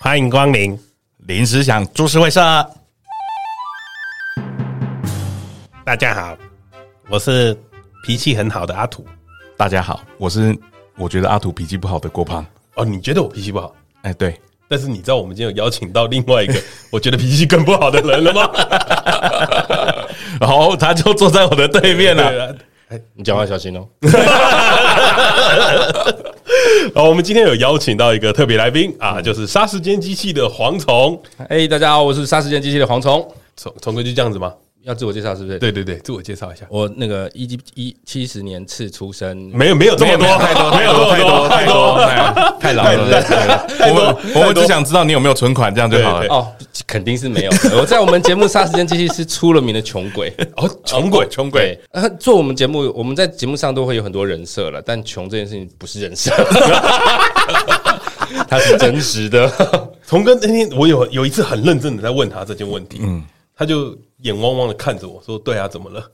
欢迎光临。临时想株式会社，大家好，我是脾气很好的阿土。大家好，我是我觉得阿土脾气不好的郭胖。哦，你觉得我脾气不好？哎，对，但是你知道我们今天有邀请到另外 一个我觉得脾气更不好的人了吗？ 然后他就坐在我的对面了。啊，你讲话小心哦、 好，我们今天有邀请到一个特别来宾啊，就是杀时间机器的蝗虫。哎、大家好，我是杀时间机器的蝗虫。虫虫哥就这样子吗？要自我介绍是不是？，对对对，自我介绍一下。我那个一七一七十年次出生，没有没有这么多，太多没有这么多，太多。哎太老了。对对对我们我们只想知道你有没有存款，这样就好对了。哦，肯定是没有 的。我在我们节目《杀时间机器》是出了名的穷鬼。哦，穷鬼，穷对鬼，，呃，做我们节目，我们在节目上都会有很多人设了，但穷这件事情不是人设， 它是真实的。虫哥那天我有有一次很认真的在问他这件问题，嗯他就眼汪汪的看着我说：“对啊，怎么了？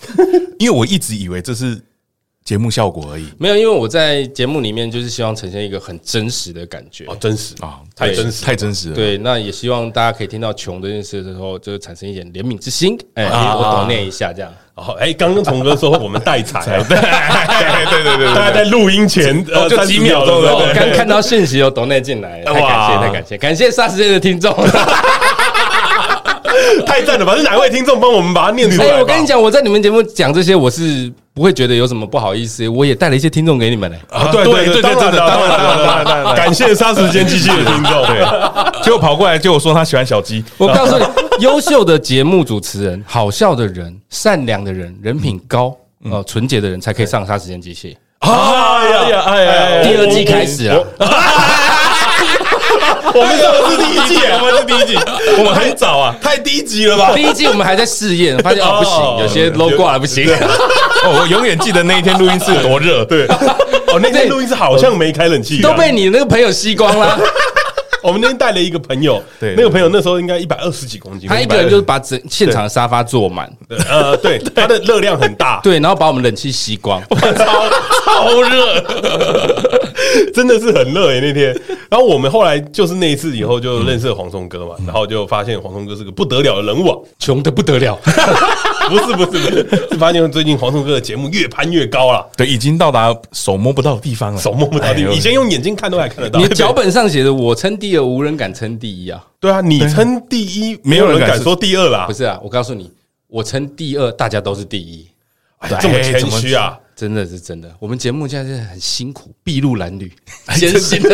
因为我一直以为这是节目效果而已没有，因为我在节目里面就是希望呈现一个很真实的感觉。哦，真实啊，太真实，太真实了。， 对，那也希望大家可以听到穷这件事的时候，就产生一点怜悯之心。哎、啊我懂那一下这样。哦，哎，刚刚虫哥说我们带彩 啊，对，对对对大家对在录音前呃哦就30几秒的时候钟我刚哦看到讯息有懂内进来，太感哇谢，太感谢，感谢霎时间的 听众。啊太赞了吧？是哪位听众帮我们把它念出哎、来？我跟你，讲，我在你们节目讲这些，我是不会觉得有什么不好意思，我也带了一些听众给你们嘞、啊对对对对对，对，当真然的了当当然然了当然当然了，感谢杀时间机器的听众，对，结果跑过来，结果说他喜欢小鸡，我告诉你， 优秀的节目主持人、好笑的人、善良的人、人品高、呃纯洁的人，才可以上《杀时间机器哎呀哎呀哎呀，》第二季开始 啊。我们这个是第一 季，我们是第一 季，我们很早啊，太低级了吧？第一季我们还在试验，发现哦不行，有些 low 挂了不行。哦，我永远记得那一天录 音室有多热。对，哦，那天录音室好像没开冷气， 都被你那个朋友吸光 了。我们那天带了一个朋友，对那个朋友那时候应该一百二十几公斤，他一个人就是把整现场的沙发坐满， 120呃， 对，他的热量很大，对，然后把我们冷气吸光。 超超热，真的是很热耶、欸那天。然后我们后来就是那一次以后就认识了黄松哥嘛，嗯然后就发现黄松哥是个不得了的人物、啊。 穷的不得了，不是不是不是，是发现最近黄松哥的节目越攀越高了，对，已经到达手摸不到的地方了。手摸不到地，哎呦以前用眼睛看都还看得到。 你的脚本上写的“我称第二，无人敢称第一”啊，对啊，你称第一，没没有有人人敢敢说第二啦不，是啊？我告诉你，我称第二，大家都是第一，哎对这么哎谦怎么虚啊。真的是真的。我们节目现在是很辛苦，筚路蓝缕，艰辛哎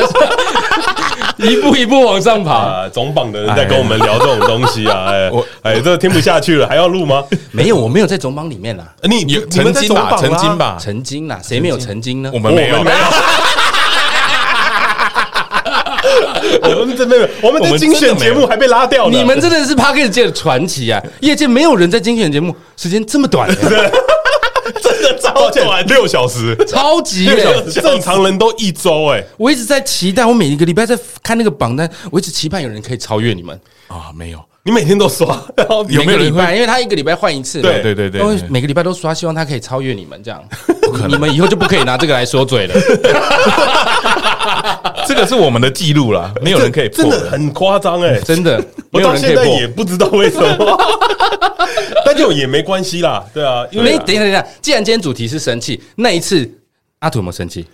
的， 一步一步往上爬。啊，总榜的人在跟我们聊这种东西啊，哎哎我，哎，这听不下去了，还要录吗？没有，我没有在总榜里面啦，你有你们曾在啊经总吧，榜曾啦经吧，曾经啦，谁没有曾经呢？我我们们没没有，有我。们这边没有， 我们我的们精选真的没节有目还被拉掉呢。你们真的是 p a r k e 界的传奇啊！业界没有人在精选节目时间这么 短、欸，真的超短，六小时，超级、六欸小。时，正常人都一周哎，我一直在期待，我每一个礼拜在看那个榜单，我一直期盼有人可以超越你们。啊，没有。你每天都刷，然后有没有每个人礼会？拜？因为他一个礼拜换一次嘛，对对对对因为对每个礼拜都刷，希望他可以超越你们这样。你们以后就不可以拿这个来说嘴了。这个是我们的记录啦，没有人可以破哎真。的很夸张哎，真的，我没有到人可现以在破。也不知道为什么， 但就也没关系啦，对啊，因那为等一下，等一下，既然今天主题是生气，那一次阿土有没有生气？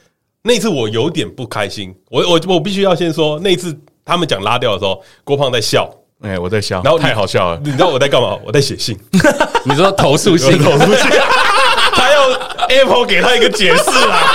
那次我有点不开心，我我我必须要先说，那次他们讲拉掉的时候，郭胖在笑，哎，我在笑，然后你太好笑了。你知道我在干嘛？我在写信，你说投诉我信，投出去，他要 Apple 给他一个解释啊啦。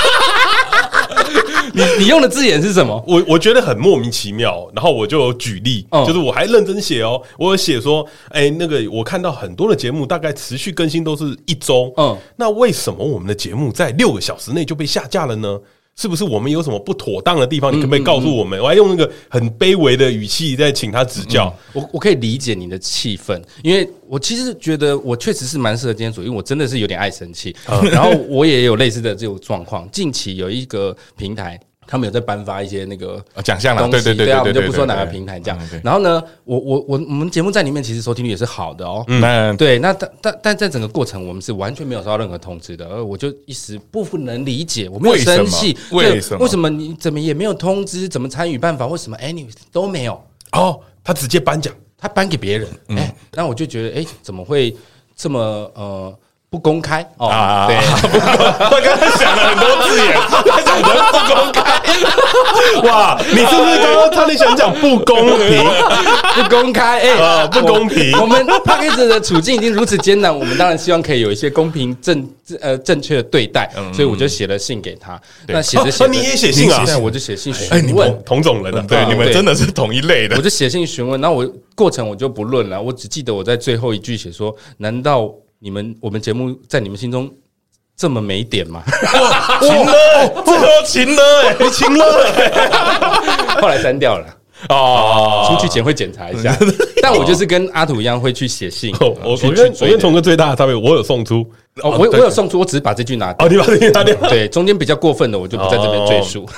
你你用的字眼是什 么？我我觉得很莫名其妙，然后我就有举例，嗯就是我还认真写哦，我有写说，哎、那个我看到很多的节目大概持续更新都是一周，嗯嗯，那为什么我们的节目在六个小时内就被下架了呢？是不是我们有什么不妥当的地方？你可不可以告诉我们？我还用那个很卑微的语气在请他指教。我我可以理解你的气氛，因为我其实觉得我确实是蛮适合今天主题，因为我真 的是有点爱生气，然后我也有类似的这种状况。近期有一个平台。他们有在颁发一些那个啊奖项啦东西对对对对啊，我对们对就对不对说哪个对平台这样嗯对。然后呢，我我我我们节目在里面其实收听率也是好的哦，嗯嗯那对，那但但但在整个过程，我们是完全没有收到任何通知的，而我就一时不能理解，我没有为什生么气，为对什么为什么你怎么也没有通知，怎么参与办法，为什么 any 都没有，哦，他直接颁奖，他颁给别人，嗯哎、那我就觉得，哎、怎么会这么呃不公开哦？啊 对，他刚才想了很多字眼，他讲的不公开。哇，你是不是刚刚差点想讲不公平？ 不公开，哎、啊不公平我我们 p a c k a g e 的处境已经如此艰难，我们当然希望可以有一些公平正呃正确的对待，嗯所以我就写了信给他。那写着写哦着，你也写信啊对，我就写信询哎你们问。同种人啊，对你们对真的是同一类的我，就写信询问，那我过程我就不论了，我只记得我在最后一句写说：难道你们我们节目在你们心中这么没 点吗？情了，这都情了哎，你亲了欸，后来删掉了。哦啊出去前会检查 一下，但我就是跟阿土一样会去写信。我哦我我去跟去我啊追跟童哥最大的差别，我有送出哦，我我有送出，我只是把这句拿掉。哦，你把这个拿掉， 对，中间比较过分的，我就不在这边赘哦述。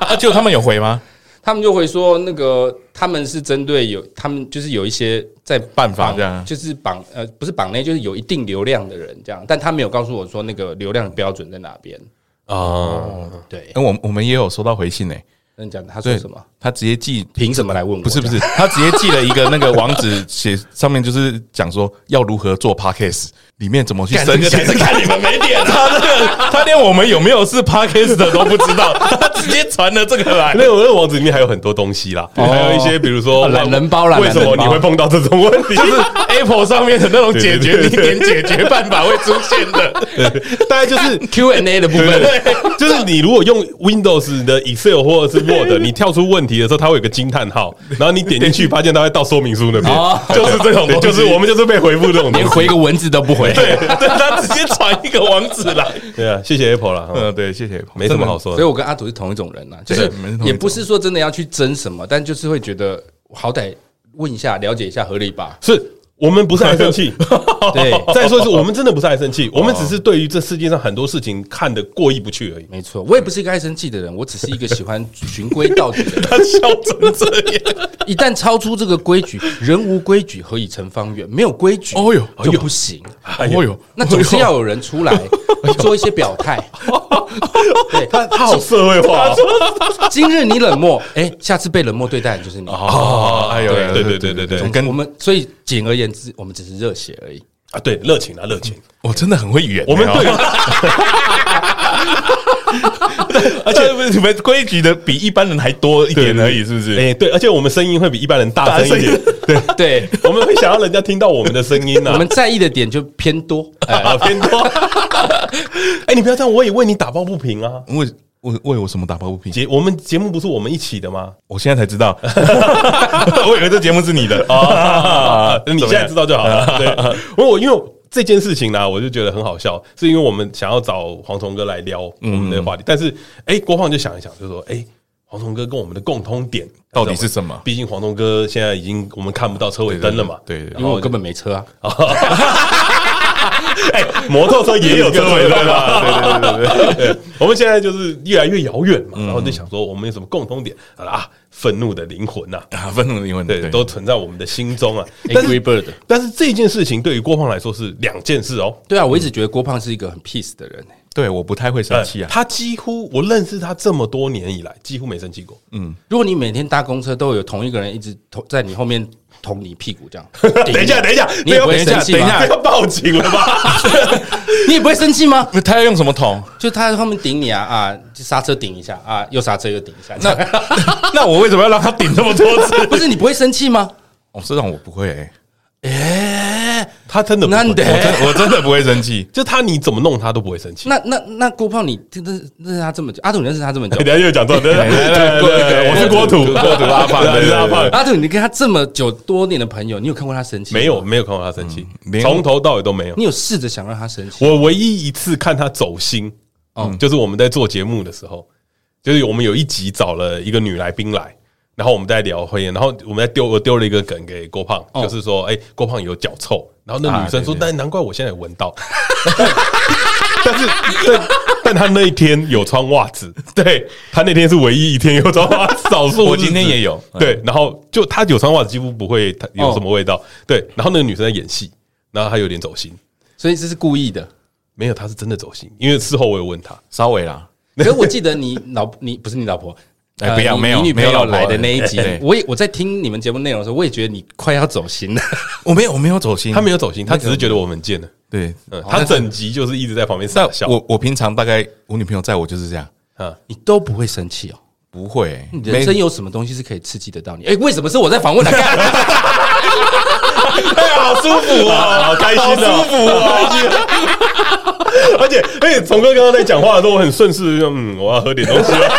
啊，就他们有回吗？ 他们就会说，那个他们是针对有他们就是有一些在办法榜这样就是榜呃不是榜内，就是有一定流量的人这样，但他没有告诉我说那个流量的标准在哪边。哦，对，哎，我们我们也有收到回信呢，那你讲他说对什么？？他直接寄凭什么来问我？不是不是，他直接寄了一个那个网址，写上面就是讲说要如何做 podcast，里面怎么去干申这个才请是。看你们没点啊！ 他连我们有没有是 podcast 的都不知道，他直接传了这个来。 那我那个网址里面还有很多东西啦，哦还有一些比如说啊懒人包啦为什么懒人你包会碰到这种问题？ 就是 Apple 上面的那种解决对你对对点解决办法会出现的，大概就是 Q&A 的部对分。对，就是你如果用 Windows 的 Excel 或者是 Word，你跳出问题的时候，它会有个惊叹号，然后你点进去，发现它会到说明书那哦边，就是这种对，东西就是我们就是被回复这种东连 西。回个文字都不回， 对，对，他直接传一个网址来。对啊，谢谢 Apple 啦，哈嗯，对，谢谢，没什么好说所以的。我跟阿土是同一种人呐，就是对我们是同一种也不是说真的要去争什么，但就是会觉得好歹问一下，了解一下合理吧？是我们不是爱生气，对， 再说一次，我们真的不是爱生气，我们只是对于这世界上很多事情看得过意不去而已。没错，我也不是一个爱生气的人，我只是一个喜欢循规蹈矩的人。他笑成这样，一旦超出这个规矩，人无规矩何以成方圆？没有规矩，哦哟就不行。哎呦，那总是要有人出来哎做一些表 态。对，他他好社会化哦，今日你冷漠，哎，下次被冷漠对待的 就是你。哦，哎呦，对对对对对对我啊跟我跟们，所以简而言之，我们只是热血而已。啊，对，热情啊，热情。我哦真的很会演，我们对于，而 且你们规矩的比一般人还多一点而已，是不是？哎，对，而且我们声音会比一般人大声一点，对， 对，我们会想要人家听到我们的声音我呐们。在意的点就偏多。哎啊，偏多。哎，你不要这样，我也为你打抱不平啊。为为为我什么打抱不平？节我们节目不是我们一起的吗？我现在才知道， 我以为这节目是你的啊 啊，你现在知道就好 了。对，我因为这件事情呢，我就觉得很好笑，是因为我们想要找黄虫哥来聊我嗯们的话题，但是哎，郭胖就想一想，就说哎。黄虫哥跟我们的共通点到底是什么毕竟黄虫哥现在已经我们看不到车尾灯了嘛，对对对对因为我根本没车啊，哎摩托车也有车尾灯嘛，对 对对对对，嗯对，我们现在就是越来越遥远嘛，然后就想说我们有什么共通点啊？愤怒的灵魂呐、啊，愤怒的英文对，都存在我们的心中啊。但 Angry 是 Bird。但是这件事情对于郭胖来说是两件事哦。对啊，我一直觉得郭胖是一个很 peace 的人、对，我不太会生气啊。哎他几乎我认识他这么多年以来，几乎没生气过。如果你每天搭公车都有同一个人一直捅在你后面捅你屁股这样，等一下，等一下，哎你啊也这不会要生气吗等一下，这要报警了吧？你也不会生气吗？呃那他要用什么 桶？就他在后面顶你啊啊，就刹车顶一下啊，又刹车又顶一下，那那那我为什么要让他顶这么多次？ 不是你不会生气吗？哦，这种我不会、欸，哎、他真的不会难得我真我真的不会生气。就他你怎么弄他都不会生气。那那那郭胖你真的认识他这么久，阿土你认识他这么久 等，一下又讲错，对对对对，我是郭土，郭土阿胖对，是 阿对对胖对。阿土你跟他这么久多年的朋友，你有看过他生气？没，有，没有看过他生气嗯没，有从头到尾都没有。你有试着想让他生气？我唯一一次看他走心，哦嗯，就是我们在做节目的时候，就是我们有一集找了一个女来宾来，然后我们在聊婚宴，然后我们在丢我丢了一个梗给郭胖，哦就是说，哎、郭胖有脚啊臭，然后那女生说， 啊对对但难怪我现在有闻到，但是但但他那一天有穿袜子，对他那天是唯一一天有穿袜子， 少数我日子今天也有嗯哦对，然后就他有穿袜子，几乎不会他有什么味道。对，然后那个女生在演戏，然后她有点走心，所以这是故意的。没有，她是真的走心，因为事后我有问她，稍微啦，可是我记得你老你不是你老婆，哎呃不要你没有你女朋没有老友婆来的那一集对，我也我在听你们节目内容的时候，我也觉得你快要走心了。我没有我没有走呃心，嗯她没有走心，她只是觉得我们贱了。对，嗯，她整集就是一直在旁边但傻笑。我我平常大概我女朋友在我就是这样，嗯，你都不会生气哦。不会你人生有什么东西是可以刺激得到你？哎、为什么是我在访问啊他？ 干 哎，好舒服哦，好开心哦，舒服 哦，开心哦。而且，而且，虫哥刚刚在讲话的时候，我很顺势地就，嗯，我要喝点东西 了，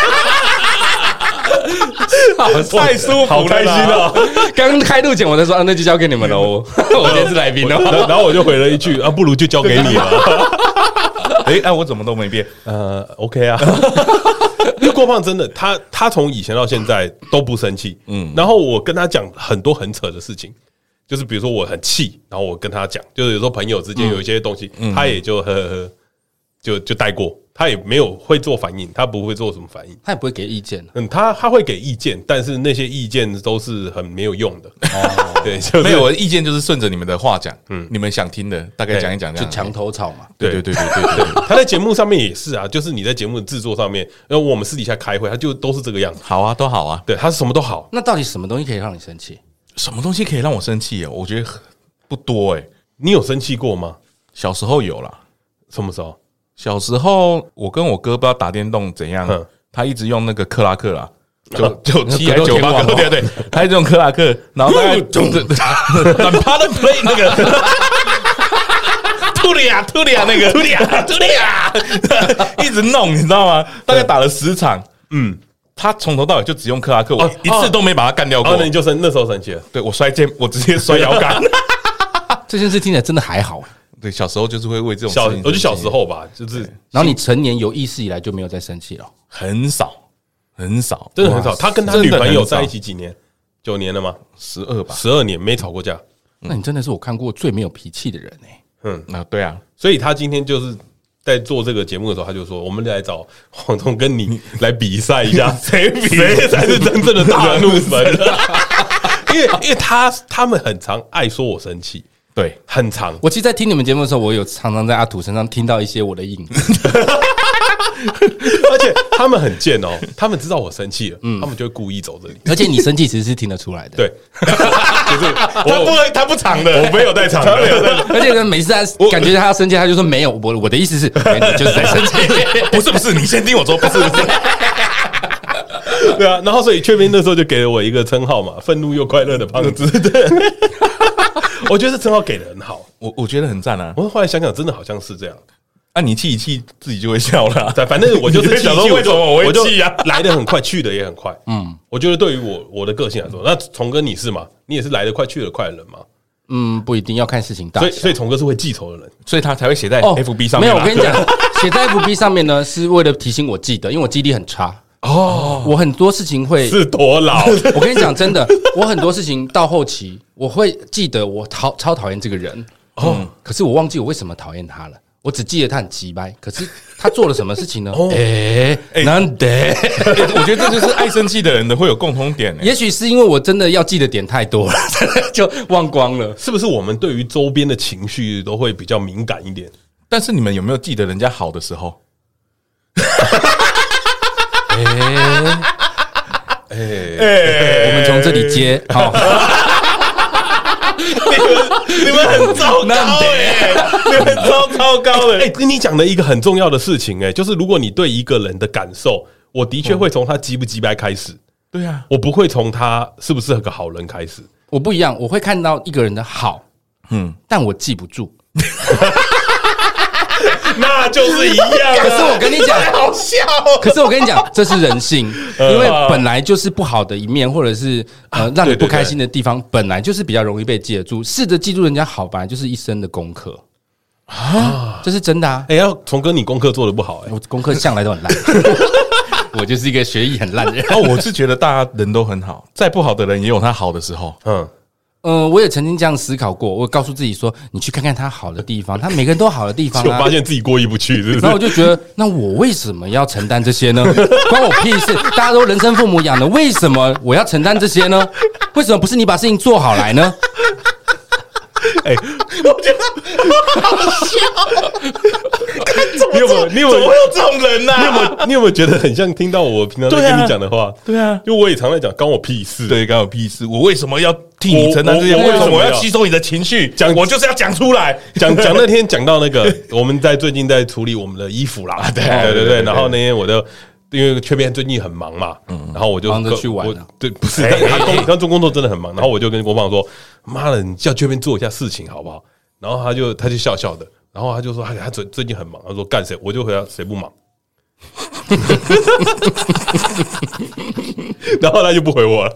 太舒 服了，好开心！ 哦。刚开录前我在说啊，那就交给你们了，我 我今天是来宾然后哦。然后我就回了一句啊，不如就交给你了。哎，哎，我怎么都没变，呃，OK 啊，因为郭胖真的，他他从以前到现在都不生气，嗯，然后我跟他讲很多很扯的事情。就是比如说我很气，然后我跟他讲，就是有时候朋友之间有一些东西，他也就呵呵呵，就就带过，他也没有会做反应，他不会做什么反应。他也不会给意见啊嗯，他他会给意见，但是那些意见都是很没有用的。哦，对， 就是没有，我的意见就是顺着你们的话讲，嗯，你们想听的大概讲一讲，这就样墙头草嘛。对对对对对对，他在节目上面也是啊，就是你在节目的制作上面，然后我们私底下开会，他就都是这个样子。 好啊，都好啊，对，他什么都好，那到底什么东西可以让你生气？什么东西可以让我生气啊？我觉得不多哎，你有生气过吗？小时候有啦，什么时候？小时候我跟我哥不知道打电动怎样嗯，他一直用那个克拉克啦。九九七格还斗九天八王对对，他一直用克拉克，然后大概很怕的 play 那个，吐了呀，吐了呀，那个吐了呀，吐了呀，一直弄，你知道吗？大概打了十场，嗯，他从头到尾就只用克拉克，我哦一次都没把他干掉然过后呢。你就生啊那时候生气了。对我摔键，我直接摔摇杆。这件事听起来真的还好、对，小时候就是会为这种小，事情我就小时生气候吧，就是然后你成年有意识以来就没有再生气了。很少，很少，真的很少。他跟他真女的朋友很少在一起几年？九年了吗？十二吧。十二年没吵过架。那你真的是我看过最没有脾气的人哎、那对啊，所以他今天就是在做这个节目的时候，他就说：“我们来找黄总跟你来比赛一 下，谁比谁才是真正的大怒神。” 因为因为他他们很常爱说我生气，对， 很常。我其实，在听你们节目的时候，我有常常在阿土身上听到一些我的影 子。而且他们很贱哦，他们知道我生气了，嗯他们就会故意走这里。而且你生气其实是听得出来的。对， 就是 他不我他不长的，我没有在场，他没有在场。而且呢，每次他感觉他要生气，他就说没有，我我的意思是，哎你就是在生气。 不是不是，你先听我说，不 是不是，对啊，然后所以雀斌那时候就给了我一个称号嘛， 愤怒又快乐的胖子。 对，我觉得这称号给的很好。我我觉得很赞啊。我后来想想，真的好像是这样。啊，你气一气自己就会笑了 啊。对，反正我就你是在想气说气为什么我会就气啊就来的很快，去的也很快。嗯，我觉得对于我我的个性来说，那虫哥你是嘛？你也是来的快去的快的人嘛？嗯，不一定要看事情大所以小哎所以虫哥是会记仇的人。所以他才会写在 FB 上哦没面有，啊。我跟你讲， 写在 FB 上面呢，是为了提醒我记得，因为我记忆力很差。哦，我很多事情会，是多老？我跟你讲真的，我很多事情到后期我会记得，我讨超讨厌这个人。哦，可是我忘记我为什么讨厌他了。我只记得他很急掰，可是他做了什么事情 呢？哎，难得， 欸 我觉得这就是爱生气的人的会有共通点、欸。也许是因为我真的要记的点太多了， 真的就忘光了。 是不是我们对于周边的情绪都会比较敏感一点？但是你们有没有记得人家好的 时候？哎哎 我们从这里接，好，你们很糟糕哎、你们超超高 的。哎、跟你讲的一个很重要的事情哎、就是如果你对一个人的感受，我的确会从他急不急白开始，对啊，我不会从他是不是个好人开始。我不一样，我会看到一个人的好，嗯，但我记不住。 那就是一样、啊可是我哦跟你讲， 好笑、可是我跟你讲，这是人性， 因为本来就是不好的一面，或者是 呃让你对对不开心的地方，本来就是比较容易被记得住。试着记住人家好，本来就是一生的功课啊，这是真的啊。哎、要虫哥，你功课做的不好哎、我功课向来都很烂， 我就是一 个学艺很烂的人。哦，我是觉得大家人都很好，再不好的人也有他好的时候。嗯，嗯、我也曾经这样思考过，我告诉自己说，你去看看他好的地方，他每个人都有好的地 方就啊发。现自己过意不去，是不然后 是？我就觉得，那我为什么要承担这些呢？关我屁事！大家都人生父母养的，为什么我要承担这些呢？为什么不是你把事情做好来呢？哎，你有没有？你有没有？有这种人呢、你有没有？你有没有觉得很像听到我平常在对啊跟你讲的话？对啊因为我也常在讲，关我屁事。，对，干我屁事！我为什么要替你承担这些？我我我为什么我我要吸收你的情绪？讲我就是要讲出来。讲讲那天讲到那个， 我们在最近在处理我们的衣服啦，对对对对。然后那天我就因为缺边最近很忙嘛，然后我就忙着去玩我啊对，不是他工他做工作真的很忙。然后我就跟国棒说：“妈的，你叫缺边做一下事情好不好？”然后他就他就笑笑的，然后他就说：“哎他他最最近很忙。”他说：“干谁？”我就回答：“谁不忙？” 然后他就不回我了。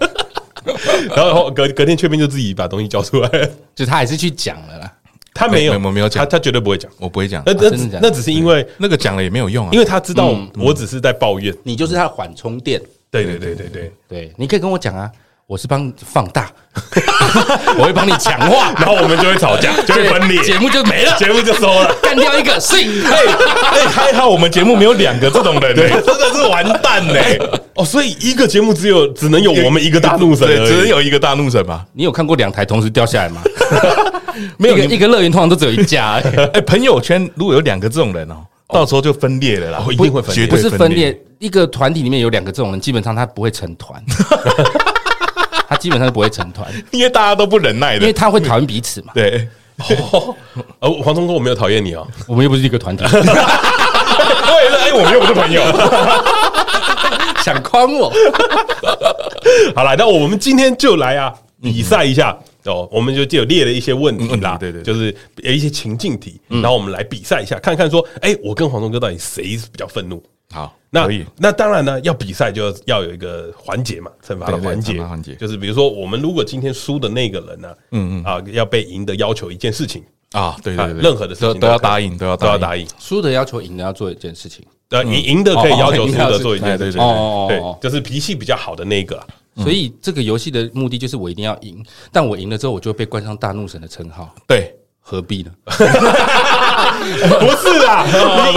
然后隔隔天，缺边就自己把东西交出来了，就他还是去讲了啦。他没有，没有没有讲他他绝对不会讲。我不会讲那，啊那真的只假的那只是因为，呃那个讲了也没有用啊。因为他知道我只是在抱怨。你就是他的缓冲垫。对对对对对，对，你可以跟我讲啊，我是帮你放大， 我会帮你强化，然后我们就会吵架，就会分裂，节目就没了，节目就收了。干掉一个，是。 哎，还好我们节目没有两个这种人、哎欸，真的是完蛋呢、哦，所以一个节目只有只能有 我们一个大怒神而对，已，只能有一个大怒神 吧。你有看过两台同时掉下来吗？ 没有一你个一个乐园通常都只有一架而已， 哎、朋友圈如果有两个这种人哦，到时候就分裂了啦，哦一定会分裂绝不对是分裂。一个团体里面有两个这种人，基本上他不会成团， 他基本上不会成团，因为大家都不忍耐因的。为他会讨厌彼此嘛。对， 哦。呃，黄忠哥，我没有讨厌你哦， 我们又不是一个团体，对了，哎、我们又不是朋友。 想框我，好了，那我们今天就来啊，比赛一下。哦，我们就就有列了一些问题啦，嗯对对对嗯就是有一些情境题，然后我们来比赛一下，看看说，哎，我跟黄忠哥到底谁比较愤怒？好，那可以。那当然呢，要比赛就要要有一个环节嘛，惩罚的对对环节惩罚环节就是比如说我们如果今天输的那个人呢、嗯嗯啊，要被赢的要求一件事情啊，对啊对，对，任何的事都情都要可以答应，都要都要答答应。嗯应。输的要求赢的要做一件事情。呃，赢赢的可以哦哦要求赢输的要的是做一件对事情，对对哦对，就是脾气比较好的那个啊 啦。所以这个游戏的目的就是我一定要赢，但我赢了之后，我就会被冠上大怒神的称号，对，何必呢？不是 啦，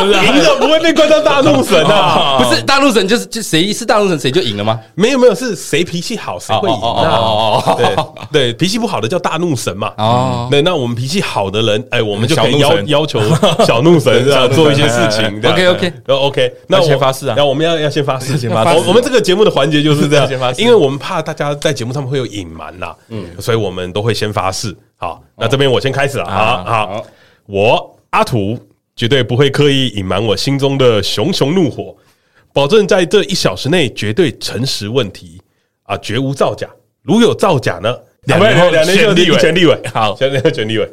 你赢的不会被冠上大怒神啊！啊不是大怒神就是就谁是大怒神谁就赢了吗？没有没有，是谁脾气好谁会赢哦哦哦哦啊？对对，脾气不好的叫大怒神嘛。哦，对，那我们脾气好的人，哎，我们就可以嗯小怒要神 要求小怒神是吧小怒神哎做一些事情。这样 OK，OK 呃 OK，那要我先发誓啊那我们要要先发誓，先发誓我我们这个节目的环节就是这样先发，誓因为我们怕大家在节目上面会有隐瞒啦，嗯，所以我们都会先发誓。哦好，那这边我先开始了啊，好，我阿土绝对不会刻意隐瞒我心中的熊熊怒火，保证在这一小时内绝对诚实问题啊，绝无造假。如有造假呢？啊两年后啊两年后选立委选立委， 好选立委选立委。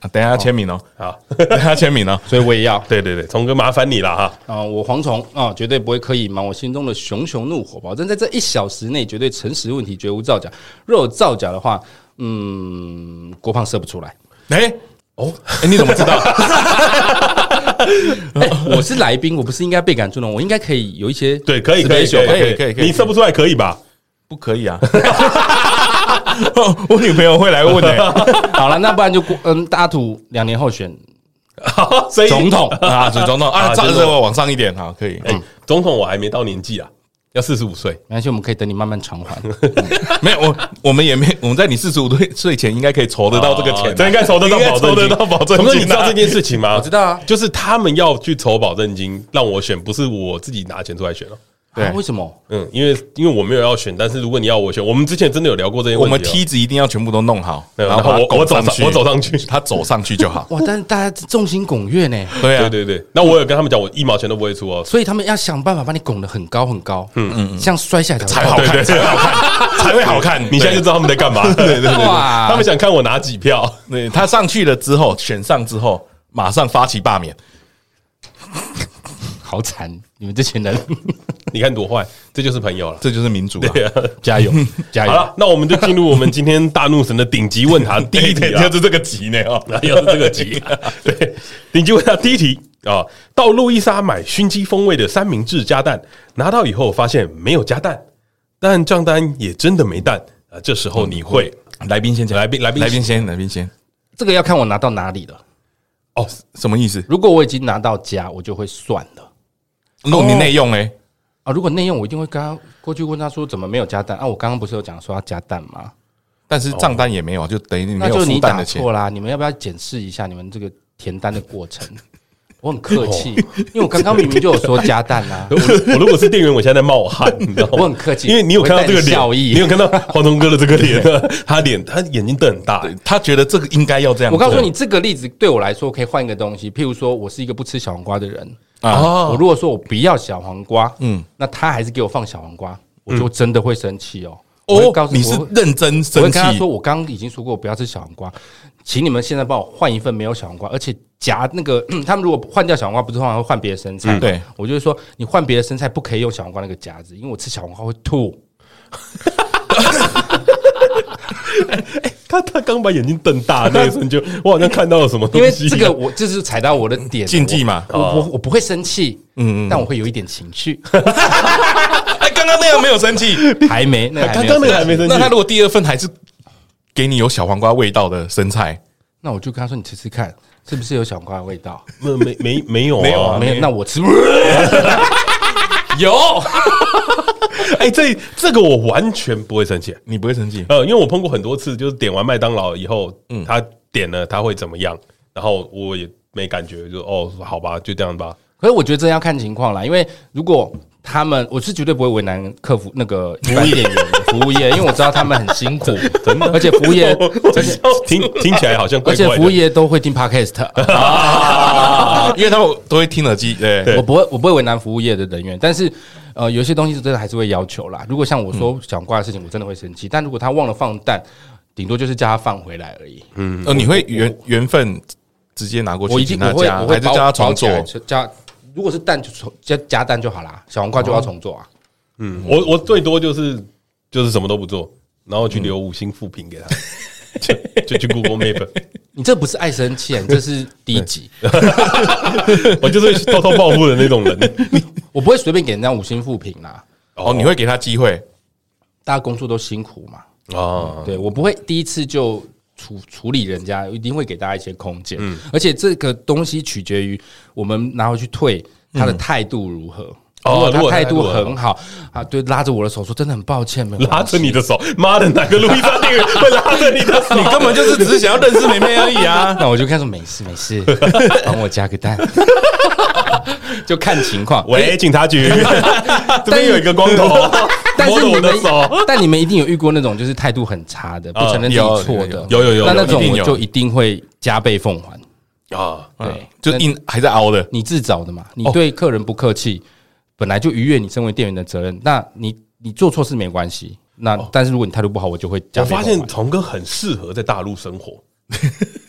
啊等一下签名哦， 好，等一下签名哦。所以我也要啊、对对对，聪哥麻烦你了哈。我蝗虫啊、绝对不会刻意瞒我心中的熊熊怒火，保证在这一小时内绝对诚实问题，绝无造假。若有造假的话，嗯，郭胖射不出来。哎，哦，哎，你怎么知道？ 哎、 我是来宾，我不是应该被赶出笼，我应该可以有一些对，可以可以 special 吧可以可以可以可以你射不出来可以吧？不可以啊！ 哦我女朋友会来问 欸的 好了，那不然就郭嗯，大土两年后选好， 所以总统，啊，准总统啊，啊站准着总往上一点，好，可以。哎，总统我还没到年纪啊，要四十五岁。没关系，我们可以等你慢慢偿 还。没有，我我们也没，我们在你四十五岁岁前应该可以筹得到这个钱啊，哦这应该筹得到应该保证筹金得到保证总哥，你金知道啊这件事情吗？我知道啊就是他们要去筹保证金，让我选，不是我自己拿钱出来选哦。对啊为什么？。嗯，因为因为我没有要选，但是如果你要我选，我们之前真的有聊过这些我问题哦。们梯子一定要全部都弄好，对然后然后把它我我拱走上我走上去他走上去就好哇！但是大家众星拱月呢，对啊， 对对对，那我有跟他们讲，我一毛钱都不会出哦。所以他们要想办法把你拱得很高很高，嗯嗯，像摔下来才好对看，对才好看， 才会好看。你现在就知道他们在干嘛。对对对对哇他们想看我拿几票。 对他上去了之后，选上之后，马上发起罢免。好惨！你们这群人，你看多坏，这就是朋友了。这就是民主啊！ 加油加 好油！了，那我们就进入我们今天大怒神的顶级问 答第一题啊，就是这个急呢哦， 又是这个题，对，顶级问答第一题啊，到路易莎买熏鸡风味的三明治加蛋，拿到以后发现没有加蛋，但账单也真的没蛋，啊，这时候嗯你会来宾先讲，来宾来宾来宾先，来宾先，这个要看我拿到哪里了。哦，什么意思？如果我已经拿到家，我就会算了如果你内用哎，啊。如果内用，我一定会跟他过去问他说怎么没有加蛋啊？我刚刚不是有讲说要加蛋吗？但是账单也没有，就等于你没哦那有就付你蛋的打钱。错啦。你们要不要检视一下你们这个填单的过程？ 我很客气，哦因为我刚刚明明就有说加蛋 啦、啊。我我如果是店员，我现在在冒汗，你知道吗？ 我很客气哦因为你有看到这个我会带着脸，笑意你有看到黄铜哥的这个脸， 他脸他眼睛瞪很大，他觉得这个应该要这样我做。告诉你，这个例子对我来说可以换一个东西，譬如说我是一个不吃小黄瓜的人啊，我如果说我不要小黄瓜，嗯，那他还是给我放小黄瓜，我嗯就真的会生气哦。我会告哦，诉你是我会认真我生会气跟他说，我刚刚已经说过我不要吃小黄瓜，请你们现在帮我换一份没有小黄瓜，而且夹那个 他们如果换掉小黄瓜，不是通常会换别的生菜吗？对我就会说你换别的生菜不可以用小黄瓜那个夹子，因为我吃小黄瓜会吐。他他刚把眼睛瞪大那一瞬就，我好像看到了什么东因为西。这个我这是踩到我的点禁忌嘛我我我我不会生气，嗯，但我会有一点情绪，哎，刚刚那样没有生气，还没，那个还刚 没 刚那有个还没生气那他，如果第二份还是给你有小黄瓜味道的生菜，那我就跟他说你吃吃看，是不是有小黄瓜的味道？没没没没有啊没有啊没有，那我吃。 有啊哎，这这个我完全不会生气，你不会 生气？呃，因为我碰过很多次，就是点完麦当劳以后，嗯他点了他会怎么样，然后我也没感觉，就哦，好吧，就这样吧。可是我觉得真要看情况啦，因为如果他们，我是绝对不会为难客服那个服务店员的服务业，因为我知道他们很 辛苦，真的，而且服务业，听听起来好像怪而且怪服务的，业都会听 podcast，啊，因为他们都会听耳机，对，呃我不会，我不会为难服务业的人员，但是呃，有些东西是真的还是会要求啦。如果像我嗯说小黄瓜的事情，我真的会生气，但如果他忘了放蛋，顶多就是叫他放回来而已。呃，你会缘缘分直接拿过我去一请定他我会加，我会还是叫他重做？加。如果是蛋就重加加蛋就好啦，小黄瓜哦就要重做啊。 嗯我我最多就是就是什么都不做，然后去嗯留五星负评给他，就就去 Google Map， 你这不是爱生气啊，你这是低级。我就是偷偷报复的那种人。我不会随便给人家五星负评啦，哦，你会给他机 会，大家工作都辛苦嘛。啊，对我不会第一次就处处理人家，一定会给大家一些空间。嗯而且这个东西取决于我们拿回去退他的态度如何。哦如果如他果态态度度很好啊，对，拉着我的手说真的很抱歉，没有拉关系着你的手，妈的，哪个路易莎店员会拉着你的手？你根本就是只是想要认识妹妹而已 啊！那我就看说没事没事，帮我加个蛋， 就看情况。喂，警察局， 这边有一个光头但摸是着你我们的手。， 啊但你们一定有遇过那种就是态度很差的，不承认自己有错有的，有有有那那一种定我有就一定会加倍奉还。啊，对， 就那硬还在熬的，你自找的嘛，你哦对客人不客气，本来就逾越你身为店员的责任。那你你做错事没关系，那但是如果你态度不好，我就会加哦我倍奉发还。现童哥很适合在大陆生活，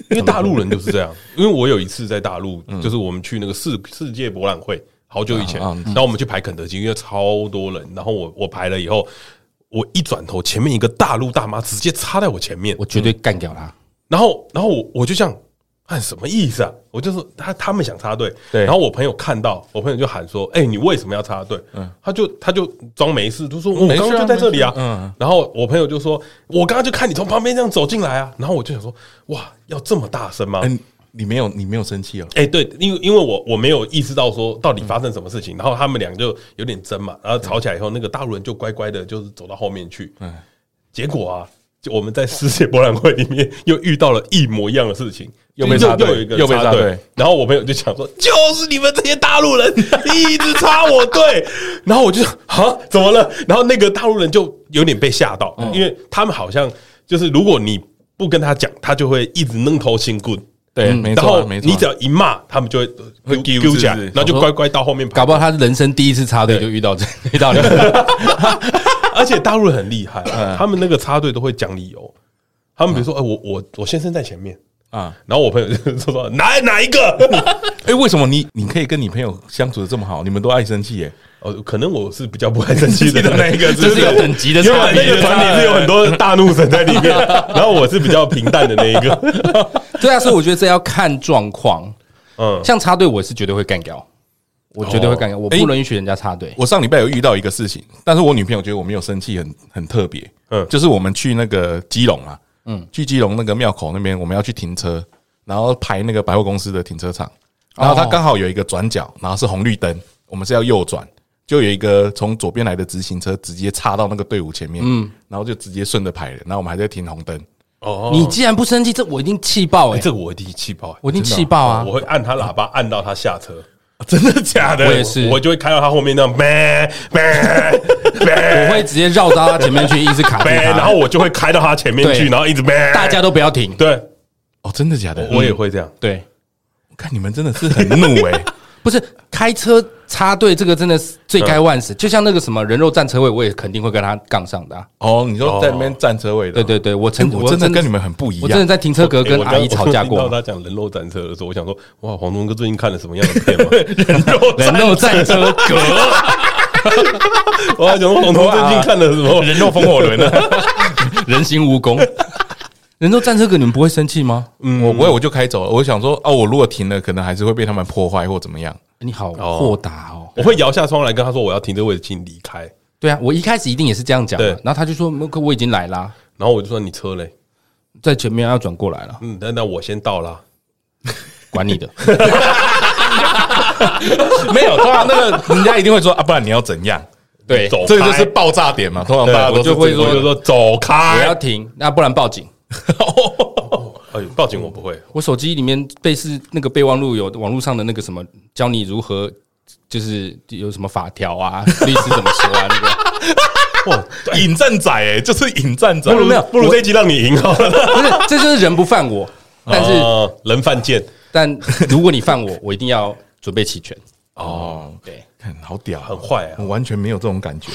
因为大陆人就是这样。 因为我有一次在大陆，就是我们去那个世世界博览会，好久以前，啊然后我们去排肯德基，因为超多人，然后我我排了以后。我一转头，前面一个大陆大妈直接插在我前面，我绝对干掉他。然后，然后我我就这样，看什么意思啊？我就是他他们想插队，对然后我朋友看到，我朋友就喊说：“哎、你为什么要插队？”他就他就装没事，就说：“我嗯没刚事啊刚就在这里啊。没事嗯然后我朋友就说：“我刚刚就看你从旁边这样走进来啊。”然后我就想说：“哇，要这么大声吗？”嗯，你没有你没有生气哦，哎、对，因为因为我我没有意识到说到底发生什么事情，然后他们俩就有点争嘛，然后吵起来以后，那个大陆人就乖乖的，就是走到后面去。嗯，结果啊，就我们在世界博览会里面又遇到了一模一样的事情，又被就插队又有一个又被插插队队，然后我朋友就想说，就是你们这些大陆人一直插我队，然后我就啊怎么了？然后那个大陆人就有点被吓到，嗯因为他们好像就是如果你不跟他讲，他就会一直弄头新棍。嗯对，没错啊，然后没错啊，你只要一骂，他们就会会会丢丢起来是不是，然后就乖乖到后面搞跑。不好他人生第一次插队就遇到这 遇到你， 而且大陆人很厉害，他们那个插队都会讲理由。他们比如说，哎，我我我先生在前面，啊，然后我朋友就说哪哪一个？ 哎，为什么你你可以跟你朋友相处的这么好？你们都爱生气耶？哦，可能我是比较不爱生气的那一 个，这是有等级的因为差我那别。个团里是有很多大怒神在里面，然后我是比较平淡的那一个。对啊，所以我觉得这要看状况。嗯，哦像插队，我是绝对会干掉，我绝对会干掉，我哎不能允许人家插队。我上礼拜有遇到一个事情，但是我女朋友觉得我没有生气很很特别，嗯嗯，就是我们去那个基隆啊，嗯，去基隆那个庙口那边，我们要去停车，然后排那个百货公司的停车场，然后它刚好有一个转角，然后是红绿灯，我们是要右转，就有一个从左边来的直行车直接插到那个队伍前面，嗯，然后就直接顺着排了，然后我们还在停红灯，哦，你既然不生气，这我一定气爆 哎、哎这个我一定气爆，我一定气爆啊我！会按他喇叭按到他下车。真的假的我也是我就会开到他后面那样，呗呗呗我会直接绕到他前面去，一直 卡住呗，他，然后我就会开到他前面去，对然后一直呗，大家都不要停。对，哦，真的假的？我也会这样。对，嗯看你们真的是很怒哎、不是开车插队，这个真的是罪该万死。就像那个什么人肉占车位，我也肯定会跟他杠上的啊、哦，你说在那边占车位的，对对对，我曾哎我真的跟你们很不一我真样的。在停车格哎跟我阿姨刚吵架过我听到。他讲人肉战车的时候，我想说，哇，黄忠哥最近看了什么样的片吗？ 人肉人战肉战车格，我还想说黄忠最近看了什 么？人肉风火轮啊呢？人形蜈蚣。人肉战车格，你们不会生气吗？我不会，我就开走了。我想说，哦，我如果停了，可能还是会被他们破坏或怎么样。哎你好豁达哦。 我会摇下窗来跟他说，我要停这个位置，请你离开。对啊，我一开始一定也是这样讲的对，然后他就说：“嗯可我已经来啦，然后我就说你车嘞，在前面要转过来了，嗯，那那我先到啦。 管你的。 没有，通常那个人家一定会说啊，不然你要怎 样？”对，走开这个就是爆炸点嘛。通常对，大家我都就是会这说个我就说走我要开。停，那不然报警。哎，报警我不会，我手机里面备是那个备忘录有网络上的那个什么，教你如何就是有什么法条啊，律师怎么说啊？那个 引战仔，哎，就是引战仔。不如没有不如这一集让你赢好了。不是，这就是人不犯我，但是、哦人犯贱，但如果你犯我，我一定要准备齐全。哦，对，看好屌，很坏啊我完全没有这种 感觉。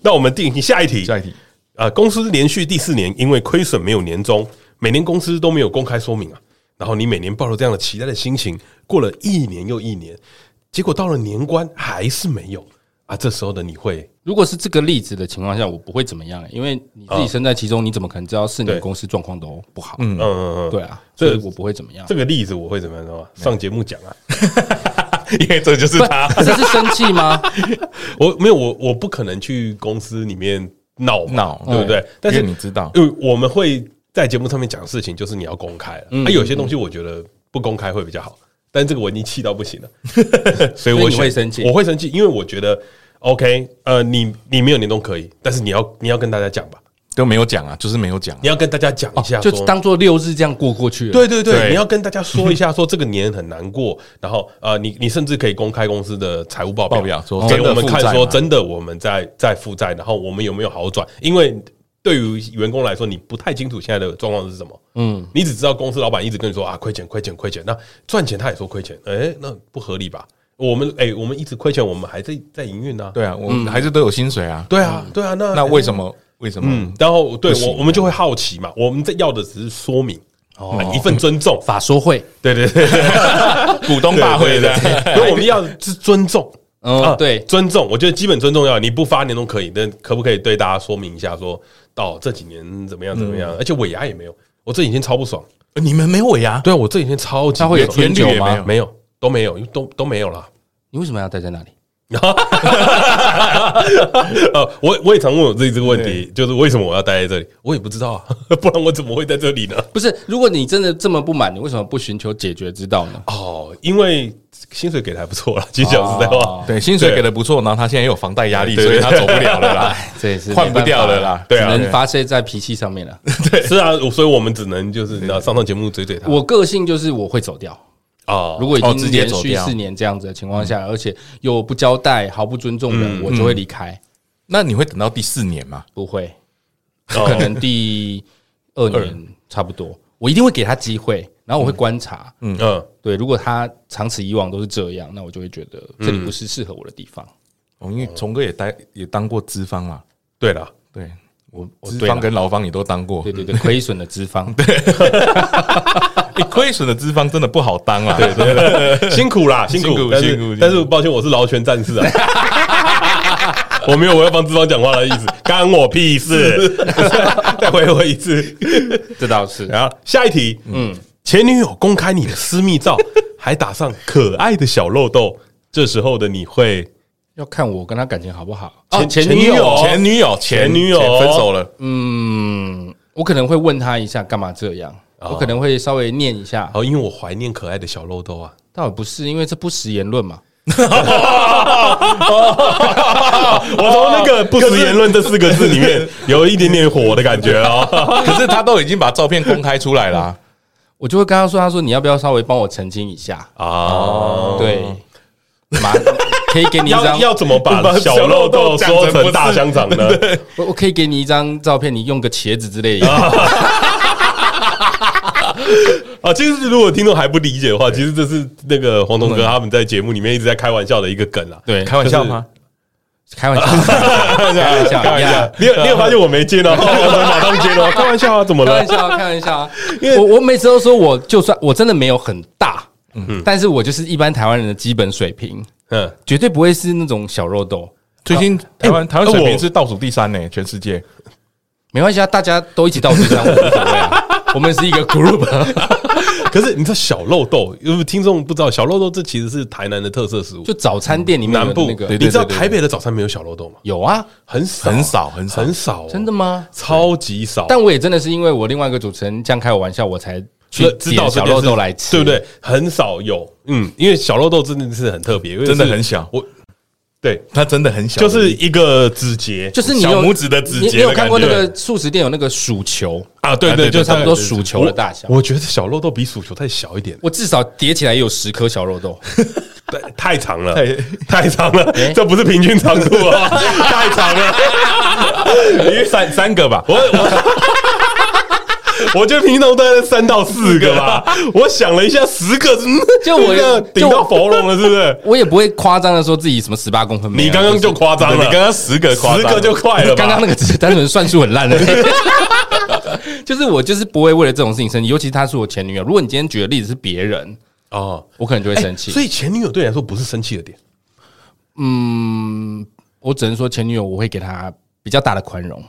那我们定下一题。下一题，呃，公司连续第四年因为亏损没有年终，每年公司都没有公开说明啊。然后你每年抱着这样的期待的心情，过了一年又一年，结果到了年关还是没有啊。这时候的你会如果是这个例子的情况下，我不会怎么样、因为你自己身在其中，你怎么可能知道四对年公司状况都不好？嗯嗯嗯，对啊，这所以我不会怎么样。这个例子我会怎么样的上节目讲啊，因为这就是不他，这是生气吗？我没有我我不可能去公司里面闹嘛闹对不对？但是嗯因为你知道因为我们会在节目上面讲的事情，就是你要公开了。啊，有些东西我觉得不公开会比较好，但这个我已经气到不行了， 所以我所以你选会生气我会生气，因为我觉得 OK，呃，你你没有年终可以，但是你要你要跟大家讲吧，都没有讲啊，就是没有讲啊。你要跟哦大家讲一下就说。当做六日这样过过去了。对对对，对你要跟大家说一下，说这个年很难 过，然后呃，你你甚至可以公开公司的财务报表，报表说给真的我们看负债说吗真的我们在在负债，然后我们有没有好转？因为对于员工来说，你不太清楚现在的状况是什么，嗯，你只知道公司老板一直跟你说啊亏钱亏钱亏钱，那赚钱他也说亏钱，哎、那不合理吧？我们哎、我们一直亏钱，我们还在在营运呢，对啊，我们还是都有薪水啊。对啊对啊，那那为什么？为什么嗯？，然后对不行我我们就会好奇嘛，我们在要的只是说明。哦，一份尊重，法说会，对对对， 股东大会的对，哦对对所以我们要是尊重。啊嗯对尊重，我觉得基本尊重要，你不发年终可以，但可不可以对大家说明一下说到这几年怎么样怎么样？而且尾牙也没有，我这几天超不爽。呃你们没有尾牙？对啊，我这几天超级那会有不爽春酒原理也没吗有？没有都没有，都都没有啦。你为什么要待在那里？呃，我我也常问我自己这个问题，就是为什么我要待在这里？我也不知道啊， 不然我怎么会在这里呢？不是，如果你真的这么不满，你为什么不寻求解决之道呢？哦，因为薪水给的还不错啦，其实讲实在 话，对，薪水啊对给的不错，然后他现在又有房贷压力，对所以他走不了了啦，哎，这也是换不掉了啦。对没啊办法，只能发泄在脾气上面了。是啊，所以我们只能就是你知道上上节目嘴嘴他我个性就是我会走掉，啊如果已哦经直接连走续掉四年这样子的情况下，而且又不交代、毫不尊重人，我就会离开。那你会等到第四年吗？不会，哦可能第二年差不多，我一定会给他机会，然后我会观察。嗯嗯。对，如果他长此以往都是这样，那我就会觉得这里不是适合我的地方。哦，因为虫哥也待也当过资方嘛，对了，对我我资对方啦跟劳方也都当过对，对对，亏损的资 方，诶亏损的资方真的不好当啊。对对对， 辛苦啦，辛苦，辛苦但是辛苦辛苦但是抱歉，我是劳权战士啊。 我没有我要帮资方讲话的意 思，干我屁事！ 再回我一 次。这倒是。然后下一题，嗯，前女友公开你 的私密照，还打上可爱的小漏洞，这时候的你会要看我跟他感情好不好。前哦，前女前女友友，前女友，前女友分手了，嗯，哦我可能会问他一下干嘛这样，我可能会稍微念一下。好，因为我怀念可爱的小肉豆啊，倒也不是，因为这不实言论嘛。哦我从那个“不实言论”这四个字里 面有一点点火的感觉哦。可是他都已经把照片公开出来啦。我就会跟他说：“他说你要不要稍微帮我澄清一下？啊， 对，嘛，可以给你一要张，要怎么把把小小肉肉豆说豆讲成不成是大香肠呢？ 我我可以给你一张照片，你用个茄子之类的。啊，其实如果听众还不理解的话，其实这是那个黄铜哥他们在节目里面一直在开玩笑的一个梗啊。嗯对，开玩笑吗？开 玩笑，开玩笑，开玩笑。”你有你有发现我没 接呢？哦我马上接了，开玩笑啊，怎么开了玩？笑啊，开玩笑啊！因为我我每次都说，我就算我真的没有很大，嗯，但是我就是一般台湾人的基本水平，嗯，绝对不会是那种小肉豆。最近台湾台湾水我平是倒数第三呢，全世界。没关系啊，大家都一起到我身上，我无所 谓啊。我们是一个 group，啊可是你知道小肉豆，因为听众不知道小肉豆这其实是台南的特色食物，就早餐店里面南有部。那个你对知道对对对台北的早餐没有小肉豆吗？有啊，很少，很少很少很少哦，真的吗？超级少。但我也真的是因为我另外一个主持人这样开我玩笑，我才去知知道这点小件肉事豆来吃，对不？对？很少有，嗯，因为小肉豆真的是很特别，因为真的是很小我对，它真的很小，就是一个指节，就是你小有拇指的指你节你有的看感过那觉个素食店有那个薯球，啊，对啊对，对就对差差不不多多薯球的大小。我觉得小肉豆比薯球太小一点， 我至少叠起来也有十颗小肉豆，对太长了太，太长 了，诶这不是平均长度 啊，太长了。因为三三个吧，我我我觉得平均长度大概三到四个 吧。我想了一下，十个嗯就我这个顶到就喉咙了，是不是？我也不会夸张的说自己什么十八公分 没有。你刚刚是就夸张了，你刚刚十个夸十张，个就快了吧？刚刚那个只是单纯算术很 烂的，就是我就是不会为了这种事情生气，尤其是她是我前女友。如果你今天举的例子是别人，哦，我可能就会哎生气。所以前女友对你来说不是生气 的点。嗯，我只能说前女友我会给她比较大的宽容。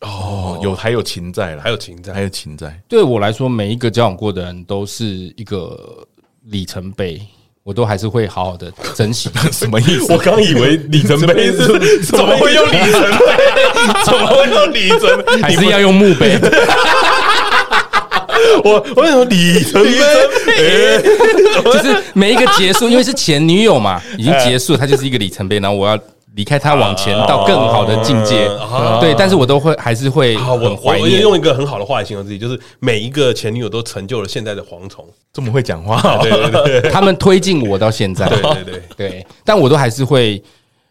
哦，有还有情在了，还有情在还有情在， 对我来说，每一个交往过的人都是一个里程碑，我都还是会好好的珍 惜。什么意思？我刚以为里 程碑是怎么会用里程碑？怎么会用里程碑？还是要用墓碑， 我我想说里程碑，哎就是每一个结束，因为是前女友嘛，已经结束，她就是一个里程碑，然后我要离开她往前到更好的境界啊，对，但是我都会还是会哎好，我很我怀我念。用一个很好的话来形容自己，就是每一个前女友都成就了现在的蝗 虫。这么会讲话哦， 对对对对他们推进我到现在，对对 对，对，但我都还是会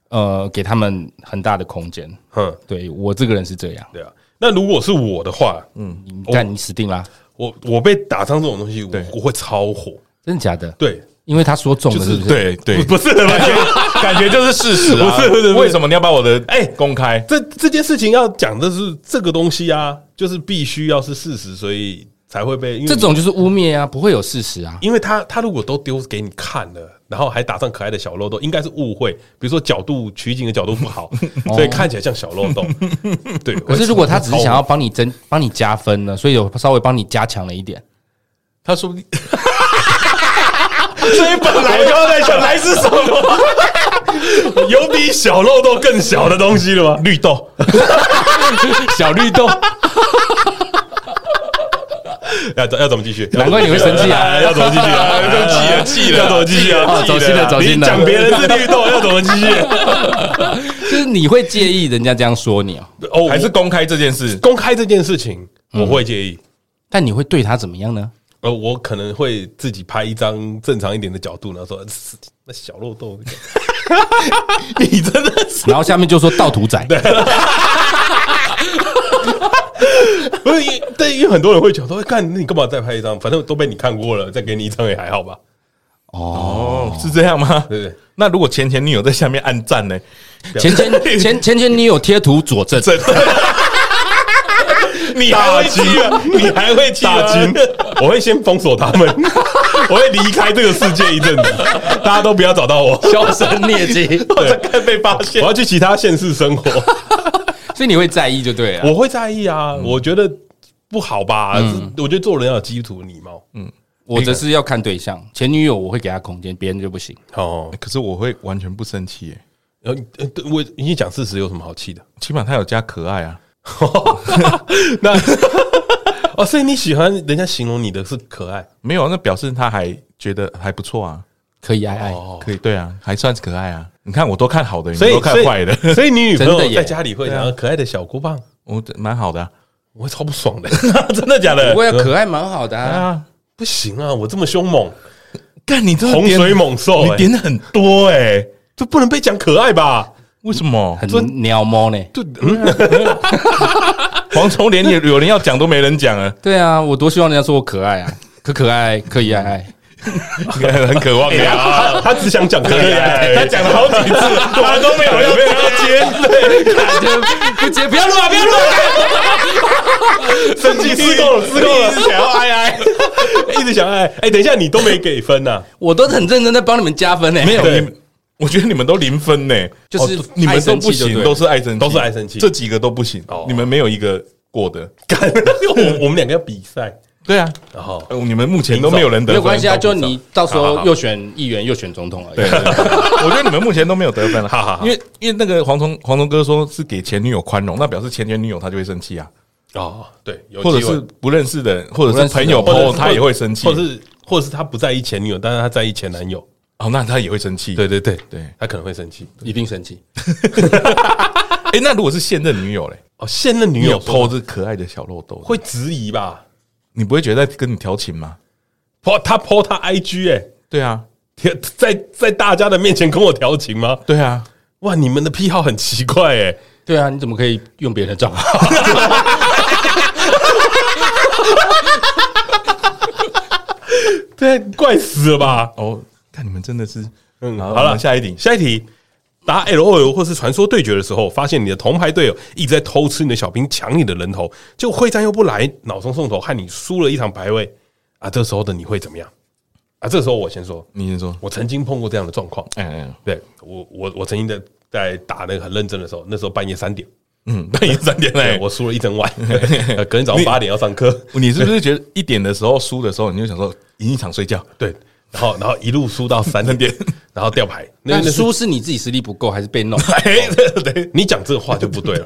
呃给他们很大的空间。嗯，对我这个人是这样，对啊。那如果是我的话，嗯，你但你死定啦，我我被打伤这种东西，我我会超火。真的假的？对，因为他说中了，是不是？对对，不是感觉感觉就是事实啊，不是不是不是为什么你要把我的哎哎公开？ 这这件事情要讲的是这个东西啊，就是必须要是事实，所以才会被因为这种就是污蔑啊，不会有事实啊。因为他他如果都丢给你看了，然后还打上可爱的小漏洞，应该是误会，比如说角度取景的角度不 好，所以看起来像小漏洞。对，哦可是如果他只是想要我帮你增帮你加分呢，所以有稍微帮你加强了一点。他说不定所以本来我刚刚 在想来是什么， 有比小漏洞更小的东西了吗？绿豆， 小绿豆，要怎要怎么继续？难怪你会生 气啊！要怎么继续啊？ 要气了气了要怎么继续啊哦？走心了走心了你讲别人是绿豆，要怎么继续？就是你会介意人家这样说 你哦，哦，还还是是公开这件事，公开这件事情，我会介意。但你会对他怎么样呢？呃，我可能会自己拍一张正常一点的角度，然后说嘶那小肉豆，你真的是然后下面就说盗图仔，不是，因为对，因为很多人会讲说，哎干，那你干嘛再拍一张？反正都被你看过了，再给你一张也还好吧，哦，是这样吗？对不对？那如果前前女友在下面暗赞呢？前前前前前女友贴图佐证，真的，你还会气吗？你还会气吗大金，我会先封锁他们，我会离开这个世界一阵子，大家都不要找到我，销声匿迹。 我在看被发我现，要去其他县市生活，所以你会在意就对了。我会在意啊，我觉得不好吧？是我觉得做人要有基础礼貌，我则是要看对象，前女友我会给她空间，别人就不行。哦，可是我会完全不生气耶。然后呃对我已经讲事实，有什么好气的？ 起码他有加可爱啊。那哦，所以你喜欢人家形容你的是可爱没有，那表示他还觉得还不错啊，可以爱爱，哦，可以，对啊，还算是可爱啊。你看我都看好的，你所们以都看所以坏的， 所以你女朋友真的耶在家里会讲可爱的小姑棒，我蛮好的啊。我超不 爽的，真的假的？不过要可爱蛮好的对啊。啊，不行啊，我这么凶猛，干你这个洪点水猛兽、你欸，点很多哎，这不能被讲可爱 吧？为什么？很鸟猫呢？蝗虫连有有人要讲都没人讲啊，对啊，我多希望人家说我可爱啊，可可爱，可以爱爱。很渴望对的啊。啊，他只想讲可爱，他讲了好几次，啊哎 他都没有 要接，不接，不要录啊，不要录啊！生气失控了，失控了，想要爱爱。 一直想爱。哎、等一下，你都没给分呐、我都很认真在帮你们加分呢。没有对你们，我觉得你们都零分呢，就是哦你们都不爱生气就对行，了都是爱生气，都是爱生气这几个都不行，你们没有一个过的。干， 我我们两个要比赛，对啊，然后呃你们目前都没有人得分，没有关系啊，都就不少你到时好好候好又选议员又选总统 而已。对，对对我觉得你们目前都没有得分了，好好好因为因为那个黄虫黄虫哥说是给前女友宽容，那表示前前女友她就会生气啊，哦，对，有或者机会是不认识的人，或者认是识的朋友或者朋是友他也会生气或，者是或者是他不在意前女友，但是他在意前男友。哦，那他也会生气。对，对对对他可能会生气。一定生气。哎，那如果是现任女友嘞，哦，现任女你有友偷偷这可爱的小漏斗，会质疑吧？你不会觉得在跟你调情吗？抛他抛他 IG 哎、对啊，调在在大家的面前跟我调情吗？对啊，哇，你们的癖好很奇怪哎、对啊，你怎么可以用别人的账号？对，怪死了吧？哦，看你们真的是，嗯，好好我了，们下一题下一题。打 L O L 或是传说对决的时候，发现你的铜牌队友一直在偷吃你的小兵，抢你的人头，就会战又不来，脑中送头，害你输了一场排位啊！这时候的你会怎么样啊？这时候我先说，你先说，我曾经碰过这样的状况。哎哎，哎对我，我我曾经在在打那个很认真的时候，那时候半夜三点，嗯，半夜三点对嘞，我输了一 整晚，对呃隔天早上八点要上课，你是不是觉得一点的时候输的时候，你就想说赢一场睡觉？对，然后然后一路输到三 点，然后掉牌，那那那是输是你自己实力不够，还是被弄？哎， 对，你讲这话就不对 了，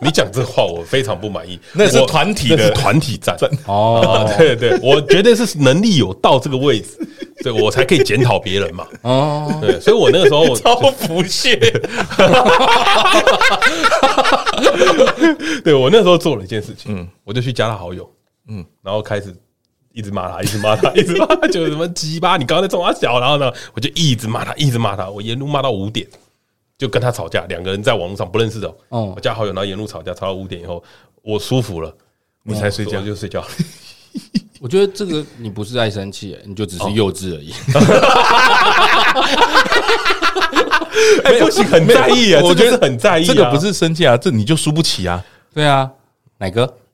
你讲这话我非常不满意。那是我团体的那是团体战。 哦对对，我绝对是能力有到这个位置，所以我才可以检讨别人嘛。哦，对，所以我那个时候我 超不屑。 对我那时候做了一件事情，嗯我就去加他好友，嗯，然后开始一直骂他，一直骂他，一直骂他，就是什么鸡巴，你刚刚在冲他小，然后呢，我就一直骂他，一直骂他，我沿路骂到五点，就跟他吵架，两个人在网络上不认识的，哦我加好友，然后沿路吵架，吵到五点以后，我舒服了，你才睡觉就睡觉，我觉得这个你不是爱生气，你就只是幼稚而已。哎，不行，很在意啊，我觉这个是得很在意啊，这个不是生气啊，这你就输不起啊。对啊，奶哥，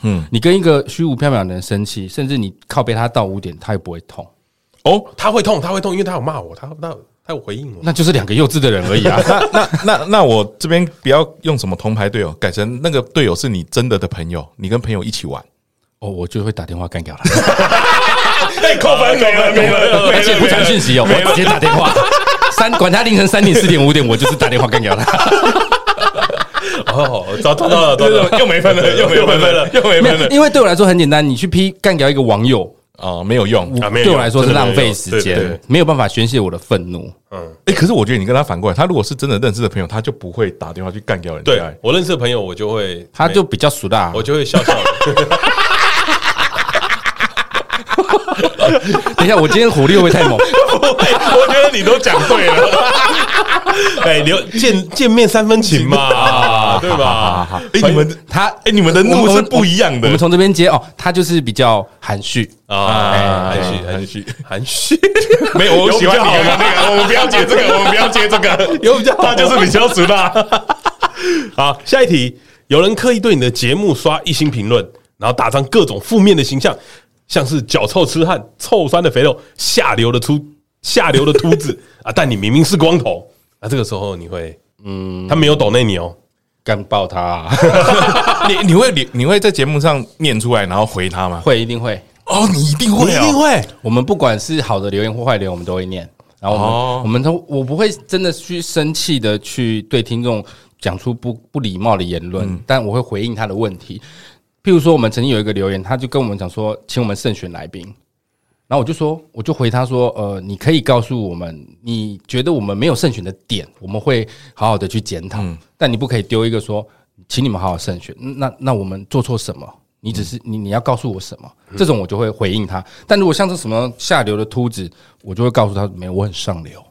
嗯，你跟一个虚无缥缈的人生气，甚至你靠背他到五点，他也不会痛，哦，他会痛，他会痛，因为他有骂我，他他他有回应我。那就是两个幼稚的人而已啊。 那那那我这边不要用什么铜牌队友，改成那个队友是你真的的朋友，你跟朋友一起玩。哦，我就会打电话干掉他，哎，扣分没了 没了而且不传讯息哦，我直接打电 话。三管他凌晨三点、四点、五点，我就是打电话干掉他。哦，找找到了，找到了，又没 分了又没 又没分分了了，又没没分有，了因为对我来说很简单，你去批干掉一个网友，哦，没有用。啊没有对我来说是真的没有浪费时对对对间，没有办法宣泄我的愤怒。嗯，哎，可是我觉得你跟他反过来，他如果是真的认识的朋友，他就不会打电话去干掉人家。对我认识的朋友，我就会，他就比较熟啦、我就会笑笑的。等一下，我今天火力会不 会太猛？我觉得你都讲对 了。 哎，留见见面三分情嘛， 对 吧？啊哎，你们他哎，你们的我怒们是不一样我的们从这边接哦，他就是比较含蓄，啊，哎含蓄，含蓄，含蓄，没有，我喜欢你有比较的那个，我们不要接这个，我们不要接这个，有比较好 他就是比较熟辣。好，下一题。有人刻意对你的节目刷一星评论，然后打上各种负面的形象，像是脚臭痴汉、臭酸的肥肉、下流的秃、下流的秃 子啊！但你明明是光头，那、这个时候你会，嗯，他没有抖内你哦，干爆他、啊，你你会你你会在节目上念出来，然后回他吗？ 会一定会。哦，你一定我会、一哦， 定会。我们不管是好的留言或坏留言，我们都会念。然后我们、哦我们都我不会真的去生气的去对听众讲出不不礼貌的言论，嗯但我会回应他的问题。譬如说，我们曾经有一个留言，他就跟我们讲说，请我们慎选来宾。然后我就说，我就回他说，呃，你可以告诉我们，你觉得我们没有慎选的点，我们会好好的去检讨，嗯但你不可以丢一个说，请你们好好慎选。嗯那那我们做错什么？你只是你你要告诉我什么？这种我就会回应他。但如果像是什么下流的秃子，我就会告诉他，没有，我很上流。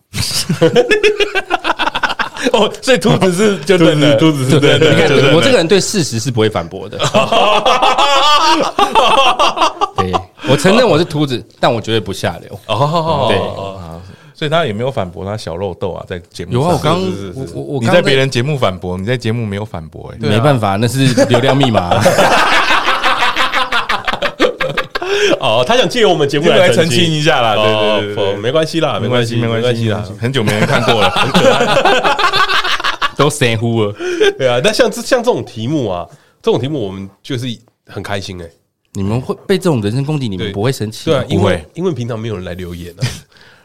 哦，所以秃子是就对对了，了秃子是对你看的，就对了我这个人对事实是不会反 驳的。对，我承认我是秃子，但我绝对不下流。哦，对对，所以他也没有反驳他小肉豆啊，在节目有啊，我上刚是是是我我我你刚在别人节目反驳，你在节目没有反驳、欸，啊没办法，那是流量密码。啊哦，他想借我们节目来来澄清清一下啦，哦对对对对不没关系啦，没关系，没关系啊啦。很久没人看 过了，很可爱。 都神乎了。对啊，但像这像这种题目啊，这种题目我们就是很开心哎、你们会被这种人身攻击，你们对不会生气？对啊，因不为会因为平常没有人来留言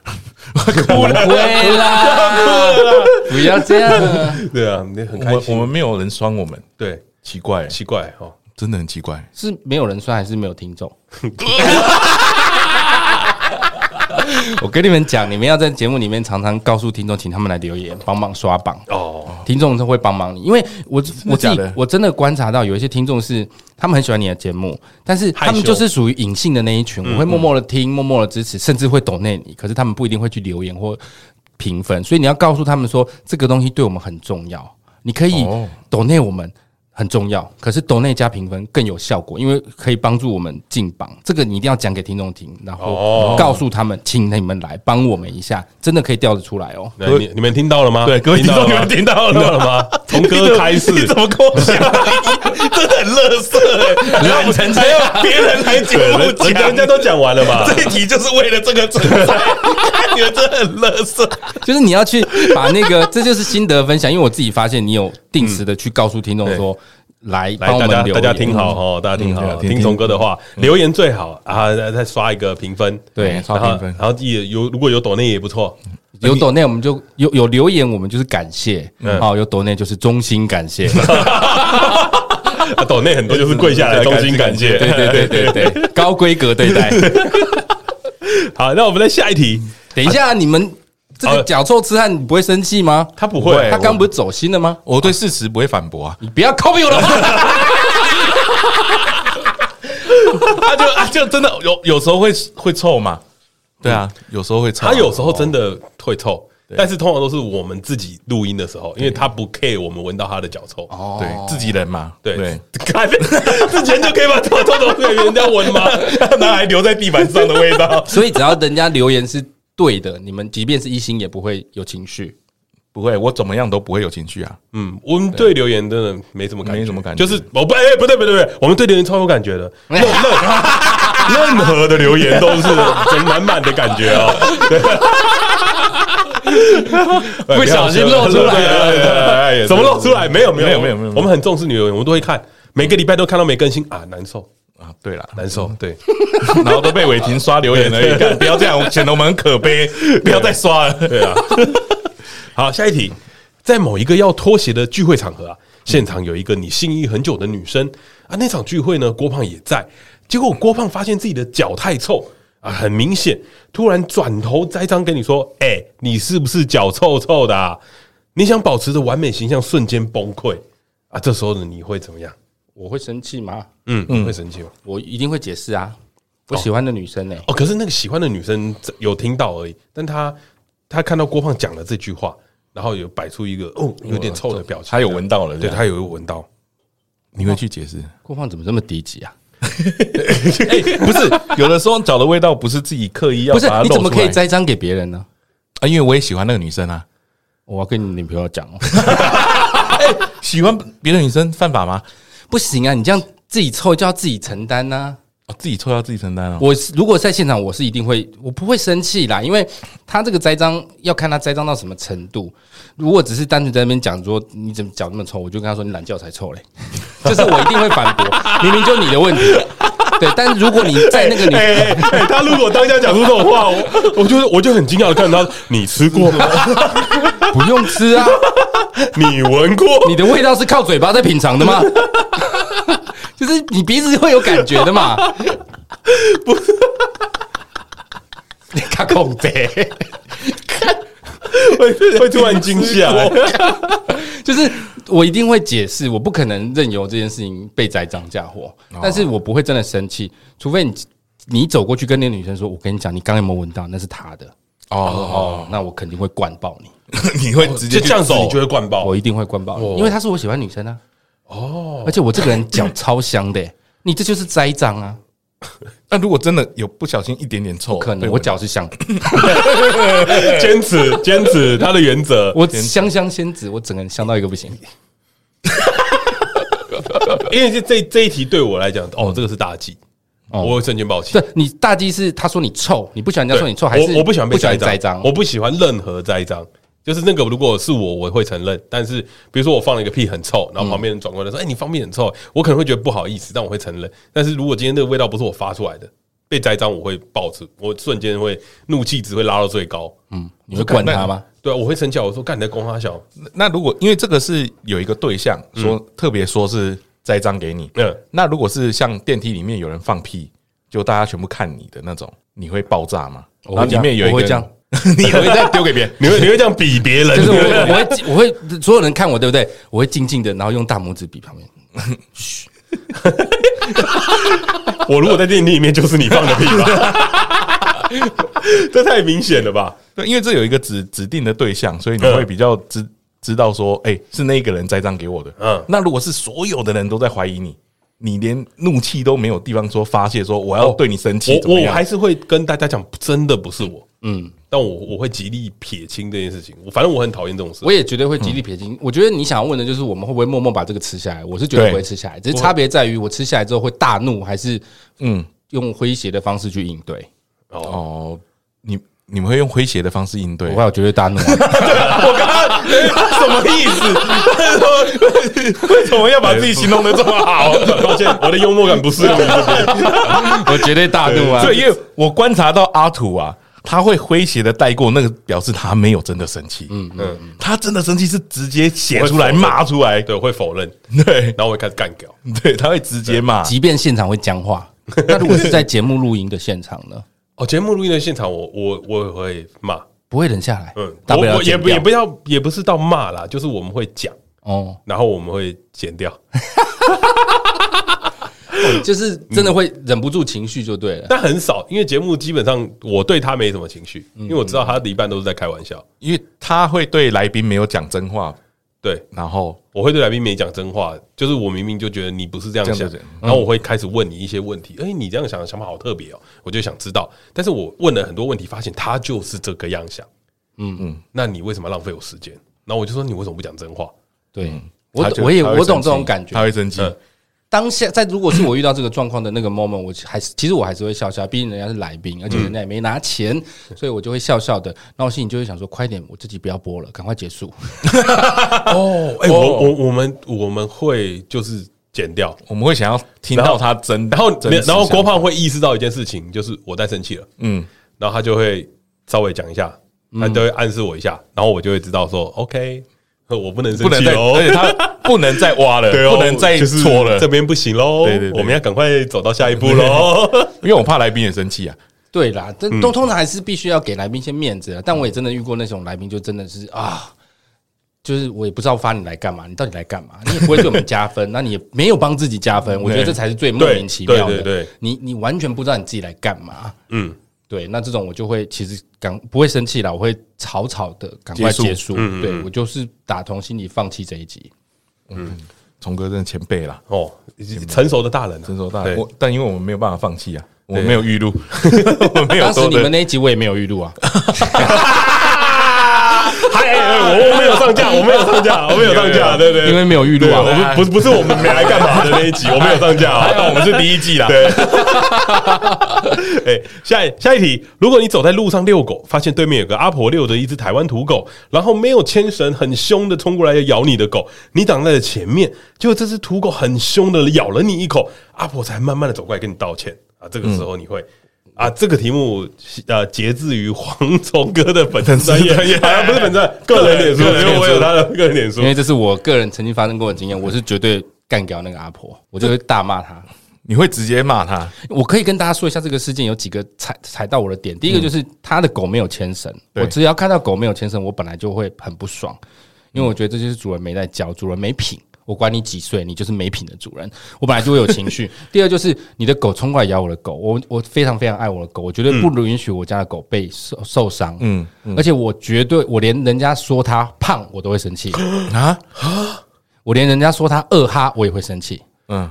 啊，不会啦，不要这样。 对啊，你很我开们我心，们没有人酸我们，对，奇怪、奇怪哦，真的很奇怪。是没有人算，还是没有听众？ 我跟你们讲，你们要在节目里面常常告诉听众，请他们来留言，帮忙刷榜。哦，听众都会帮忙你，因为我我自假己的我真的观察到有一些听众是他们很喜欢你的节目，但是他害们羞就是属于隐性的那一群，我会默默的听，默默的支持，甚至会懂内你，可是他们不一定会去留言或评分，所以你要告诉他们说这个东西对我们很重要，你可以哦懂内我们。很重要，可是懂内加评分更有效果，因为可以帮助我们进榜。这个你一定要讲给听众听，然哦后告诉他们，请你们来帮我们一下，真的可以调得出来哦。那你你们听到了吗？对，各位听到众，了你吗们听到听到了了吗？吗？从歌开始， 你怎么跟我 讲？真的很乐色、欸，烂成这样， 别人来节目人家讲，人家都讲完了吧？这一题就是为了这个 存在，你们真的很乐色。就是你要去把那个，这就是心得分享，因为我自己发现你有定时的去告诉听众说，来来，帮我大们家留言大家听好，哦，大家听好，嗯听听松哥的话，留言最好啊，再再刷一个评分，对刷然后评分然后也有如果有抖内也不错，有抖内我们就有有留言，我们就是感谢，嗯好有抖内就是衷心 感谢，啊抖内很多就是跪下来，衷心感谢，对对对对对，高规格 对待。好，那我们来下一题，等一下，你们这个脚臭痴汉，你不会生气吗？他不会不会他刚不是走心了吗？我对事实不会反驳啊，你不要 copy 我 的话，他就他就真的有有时候会会臭嘛，对啊，有时候会臭啊，他有时候真的会臭，但是通常都是我们自己录音的时候，因为他不 care 我们闻到他的脚臭。哦对自己人嘛，对，看 之前就可以把脚臭都给人家闻吗？ 那还留在地板上的味道，所以只要人家留言是对的，你们即便是一星也不会有情绪。不会，我怎么样都不会有情绪 啊， 嗯，我们对留言真的没什么感觉，没什么感觉就是我不哎、不对不对不对，我们对留言超有感觉的，任任任何的留 言都是整满满的感觉哦。对不小心露出来了对对对对对哎呀怎么露出来？没有没有没有没有没有我们很重视留言，我们都会看，每个礼拜都看到没更新啊，难受啊，对啦，难受，对。然后都被伟霆刷留言而已，干不要这样，显得我们很可悲，不要再刷了。对啊。 好，下一题，在某一个要脱鞋的聚会场合啊，现场有一个你心仪很久的女生啊，那场聚会呢，郭胖也在，结果郭胖发现自己的脚太臭。啊，很明显，突然转头栽赃跟你说：“哎、你是不是脚臭臭的、啊？”你想保持着完美形象，瞬间崩溃啊！这时候呢，你会怎么样？我会生气吗？嗯，嗯会生气吗？我一定会解释啊。我喜欢的女生呢、欸哦，可是那个喜欢的女生有听到而已，但她她看到郭胖讲了这句话，然后有摆出一个哦有哎点臭的表情，他有闻到了，对对他，他有闻到，你会去解释？郭胖怎么这么低级啊？哎，不是， 有的时候脚的味道不是自己刻意要不把是它，你怎么露出可来以栽赃给别人呢？啊？因为我也喜欢那个女生啊，我要跟你女朋友讲哦，喜欢别的女生犯法吗？不行啊，你这样自己凑就要自己承担呐、哦，自己错要自己承担哦。我是如果在现场，我是一定会，我不会生气啦，因为他这个栽赃要看他栽赃到什么程度。如果只是单纯在那边讲说你怎么脚那么臭，我就跟他说你懒觉才臭嘞， 就是我一定会反驳，明明就你的问题。对，但是如果你在那个女，哎、哎他如果当下讲出这种话，我我就我就很惊讶的看他，你吃 过吗？不用吃啊，你闻过？你的味道是靠嘴巴在品尝的吗？就是你鼻子会有感觉的嘛，不是？ 你卡空贼。会会突然惊吓、就是我一定会解释，我不可能任由这件事情被栽赃嫁祸，但是我不会真的生气，除非你你走过去跟那女生说：“我跟你讲，你刚刚有没有闻到？那是她的。”哦，哦，那我肯定会灌爆你， 你会直接就这样子走你就会灌爆。我一定会灌爆你，因为她是我喜欢女生啊。哦，而且我这个人脚超香的欸、你这就是栽赃啊！那如果真的有不小心一点点臭，不可能，对我脚是 香，坚持坚持他的原则，我香香仙子，我整个人香到一个不行。因为这这这一题对我来讲，哦，这个是大忌，哦我会瞬间爆气对。你大忌是他说你臭，你不喜欢人家对说你臭，还是我我不喜欢被不喜欢栽栽赃？我不喜欢任何栽赃。就是那个，如果是我，我会承认。但是，比如说我放了一个屁很臭，然后旁边人转过来嗯说：“哎、你放屁很臭。”我可能会觉得不好意思，但我会承认。但是如果今天这个味道不是我发出来的，被栽赃，我会爆出，我瞬间会怒气值会拉到最高。嗯，你会管他吗？对啊，我会生气啊，我说：“干你在公他小。那那如果因为这个是有一个对象说，特别说是栽赃给你，嗯，那如果是像电梯里面有人放屁，就大家全部看你的那种，你会爆炸吗？然我后会这里样面有一我个会人这样，你会再丢给别人你会你会这样比别人，就是我 我会我会所有人看我对不对？我会静静的，然后用大拇指比旁边。我如果在电梯里面，就是你放的屁吧？ 这太明显了吧？对，因为这有一个指指定的对象，所以你会嗯比较知知道说，哎、是那个人栽赃给我的。嗯嗯，那如果是所有的人都在怀疑你，你连怒气都没有地方说发泄，说我要对你生气，怎哦我我么样？还是会跟大家讲，真的不是我，嗯，但我我会极力撇清这件事情。我反正我很讨厌这种事我，也绝对会极力撇清。我觉得你想要问的就是我们会不会默默把这个吃下来？我是嗯绝对对不会吃下来，只是差别在于我吃下来之后会大怒，还是嗯用诙谐的方式去应对。哦，你你们会用诙谐的方式应对 我，有绝对大怒啊！什么 意思？为什么要把自己形容的 这么好？抱歉，我的幽默感不适用于这边。 我绝对大怒啊！对，因为我观察到阿土啊，他会诙谐的带过，那个表示他没有真的生气。嗯嗯，他真的生气是直接写出来 我会否认骂出来，对，我会否认，对然后我会开始干掉。对，他会直接骂。即便现场会僵化，那如果是在节目录音的现场呢？哦，节目录音的现场我，我我也会骂，不会忍下来，嗯，大我不了我也剪不掉也不要也不是到骂啦，就是我们会讲，哦。然后我们会剪掉。 就是真的会忍不住情绪就对了。但很少，因为节目基本上我对他没什么情绪，因为我知道他的一半都是在开玩笑。因为他会对来宾没有讲真话，对，然后我会对来宾没讲真话，就是我明明就觉得你不是这样这想样子，然后我会开始问你一些问题。哎，你这样想的想法好特别哦，我就想知道。但是我问了很多问题，发现他就是这个样想。嗯嗯，那你为什么浪费我时间？然后我就说你为什么不讲真话？对，我他就我也他会我懂生这种气感他觉。会生气。嗯当下在如果是我遇到这个状况的那个 moment，我还是其实我还是会笑笑，毕竟人家是来宾，而且人家也没拿钱，所以我就会笑笑的。那我心里就会想说，快点，我自己不要播了，赶快结束。 哦，哎，我我我们我们会就是剪掉，我们会想要听然到后他真，然后真实然后想郭胖会意识到一件事情，就是我在生气了。嗯，然后他就会稍微讲一下，他就会暗示我一下，然后我就会知道说，OK，我不能生不能气再，哦而，且他不能再挖 了，对哦，不能再就是错了这，边不行喽，对对对我们要赶快走到下一步喽。因为我怕来宾也生气啊。对啦，但嗯都通常还是必须要给来宾一些面子啦。啊但我也真的遇过那种来宾，就真的是啊。就是我也不知道发你来干嘛，你到底来干嘛？你也不会对我们加 分，那你也没有帮自己加分，我觉得这才是最莫名其嗯妙对的。对对你你完全不知道你自己来干嘛。 嗯，对，那这种我就会其实赶不会生气啦，我会草草的赶快结束结束。嗯嗯对我就是打从心里放弃这一集。虫哥真的前辈啦，哦，成熟的大人啊，成熟大对人，我但因为我们没有办法放弃啊，我们没 有预录，我们没有当时多你们的，那一集我也没有预录啊，哎哎，我我没有上架，我没有上架，我 没有上架，对对，因为没有预录对啊，啊我。们不是不是我们没来干嘛的那一集，我没有上架啊，还好我们是第一季啦，对， 哎，下一下一题，如果你走在路上遛狗，发现对面有个阿婆遛着一只台湾土狗，然后没有牵绳，很凶的冲过来要咬你的狗，你挡在了前面，结果这只土狗很凶的咬了你一口，阿婆才慢慢的走过来跟你道歉啊。这个时候你会。啊，这个题目呃，截自于黄崇哥的粉丝专业， 啊不是粉丝专页，个人脸书，个人因脸为书我有他的个人脸书因，为这是我个人曾经发生过的经验，我是绝对干掉那个阿婆，我就会大骂她。你会直接骂他，我可以跟大家说一下这个事件有几个踩踩到我的点。第一个就是他的狗没有牵绳，对我只要看到狗没有牵绳，我本来就会很不爽，因为我觉得这就是主人没在教，主人没品。我管你几岁，你就是没品的主人。我本来就会有情 绪。第二就是你的狗冲过来咬我的狗，我我非常非常爱我的狗，我绝对不允许我家的狗被受受伤。嗯，而且我绝对，我连人家说它胖，我都会生气啊啊！我连人家说它饿哈，我也会生气。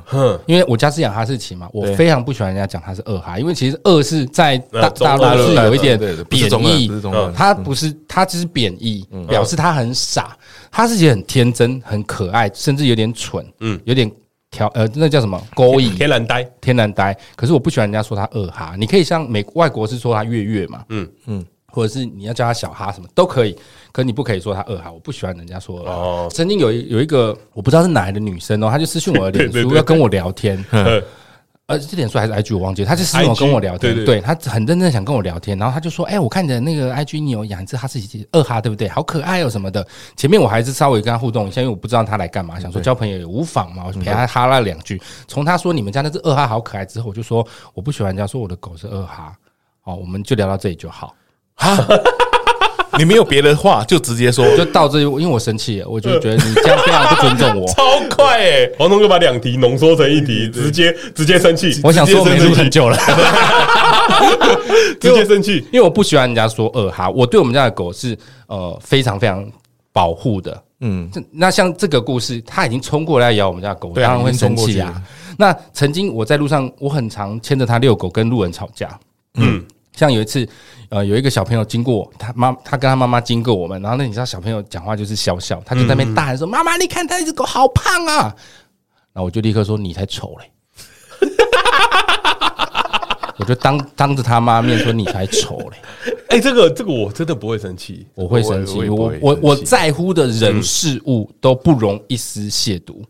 哼，因为我家是养哈士奇嘛，我对非常不喜欢人家讲它是二哈，因为其实二是在大呃中大二陆是有一点对对对不是贬中二义不是中二，它不是它只是贬义，表示它很傻，哈士奇很天真、很可爱，甚至有点蠢，嗯，有点调呃，那叫什么勾引？天然呆，天然呆，可是我不喜欢人家说他二哈，你可以像美外国是说他月月嘛，嗯嗯，或者是你要叫他小哈什么都可以，可你不可以说他二哈，我不喜欢人家说二哈。哦曾经有一有一个我不知道是哪来的女生哦，她就私信我的对对脸对书对要跟我聊天，呃呃，是脸书还是 IG 我忘记了，她就私信我 IG 跟我聊天，对对对她很认真地想跟我聊天，然后她就说，哎，我看你的那个 IG 你有养一只哈士奇二哈对不对？好可爱哦什么的。前面我还是稍微跟她互动一下，因为我不知道她来干嘛，想说交朋友也无妨嘛，我陪嗯她哈拉两句。从她说你们家那只二哈好可爱之后，我就说我不喜欢人家说我的狗是二哈，哦，我们就聊到这里就好。你没有别的话，就直接说我就到这里，因为我生气了，我就觉得你这样非常不尊 重我。 超快哎，欸黄铜哥把两题浓缩成一题，直接直接生气，我想说我没直接录生很气，久了。直接生气。因为我不喜欢人家说二哈，我对我们家的狗是呃非常非常保护的。嗯，那像这个故事，它已经冲过来咬我们家的狗，对啊当然会生已经冲过气去啊。那曾经我在路上，我很常牵着它遛狗，跟路人吵架。嗯嗯，像有一次，呃，有一个小朋友经过他妈，他跟他妈妈经过我们，然后那你知道小朋友讲话就是小小，他就在那边大喊说：“妈妈，你看他那只狗好胖啊！”然后我就立刻说：“你才丑嘞！”我就当当着他妈面说：“你才丑嘞！”哎、这个这个我真的不会生气，我会生气，我也我我也不会我我生气在乎的人事物都不容一丝亵渎，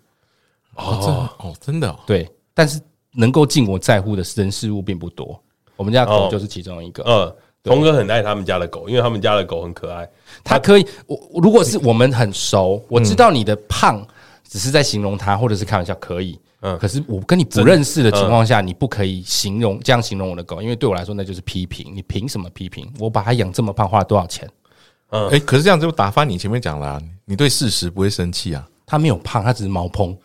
嗯哦，真的哦，真的哦，对，但是能够进我在乎的人事物并不多，我们家的哦狗就是其中一个，嗯，童哥很爱他们家的狗，因为他们家的狗很可爱。它可以，我我如果是我们很熟，我嗯知道你的胖只是在形容它，或者是开玩笑，可以。嗯可是我跟你不认识的嗯情况下，你不可以形容这样形容我的狗，因为对我来说那就是批评。你凭什么批评？我把它养这么胖，花了多少钱？嗯哎，可是这样就打翻你前面讲了啊，你对事实不会生气啊，它没有胖，它只是毛蓬。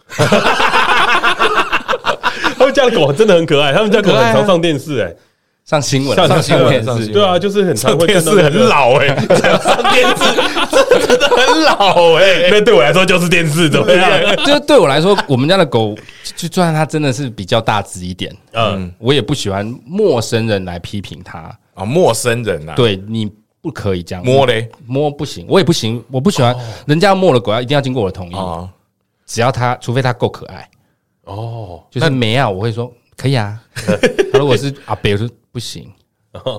他们家的狗真的很可爱，他们家狗很可很爱啊常上电视、上新哎，闻，上新闻上电新视，闻对啊，就是很常会看到、上电视很欸老 哎、上电视真的很老哎、欸那对我来说就是电视，怎么啊样？就是对我来说，我们家的狗，就就算它真的是比较大只一点，嗯，我也不喜欢陌生人来批评它。啊，陌生人啊，对你不可以这样摸嘞摸不行，我也不行，我不喜欢人家摸了狗要一定要经过我的同意，嗯啊，只要它，除非它够可爱，哦，就是没啊，我会说可以啊。他如果是阿北，我说不行，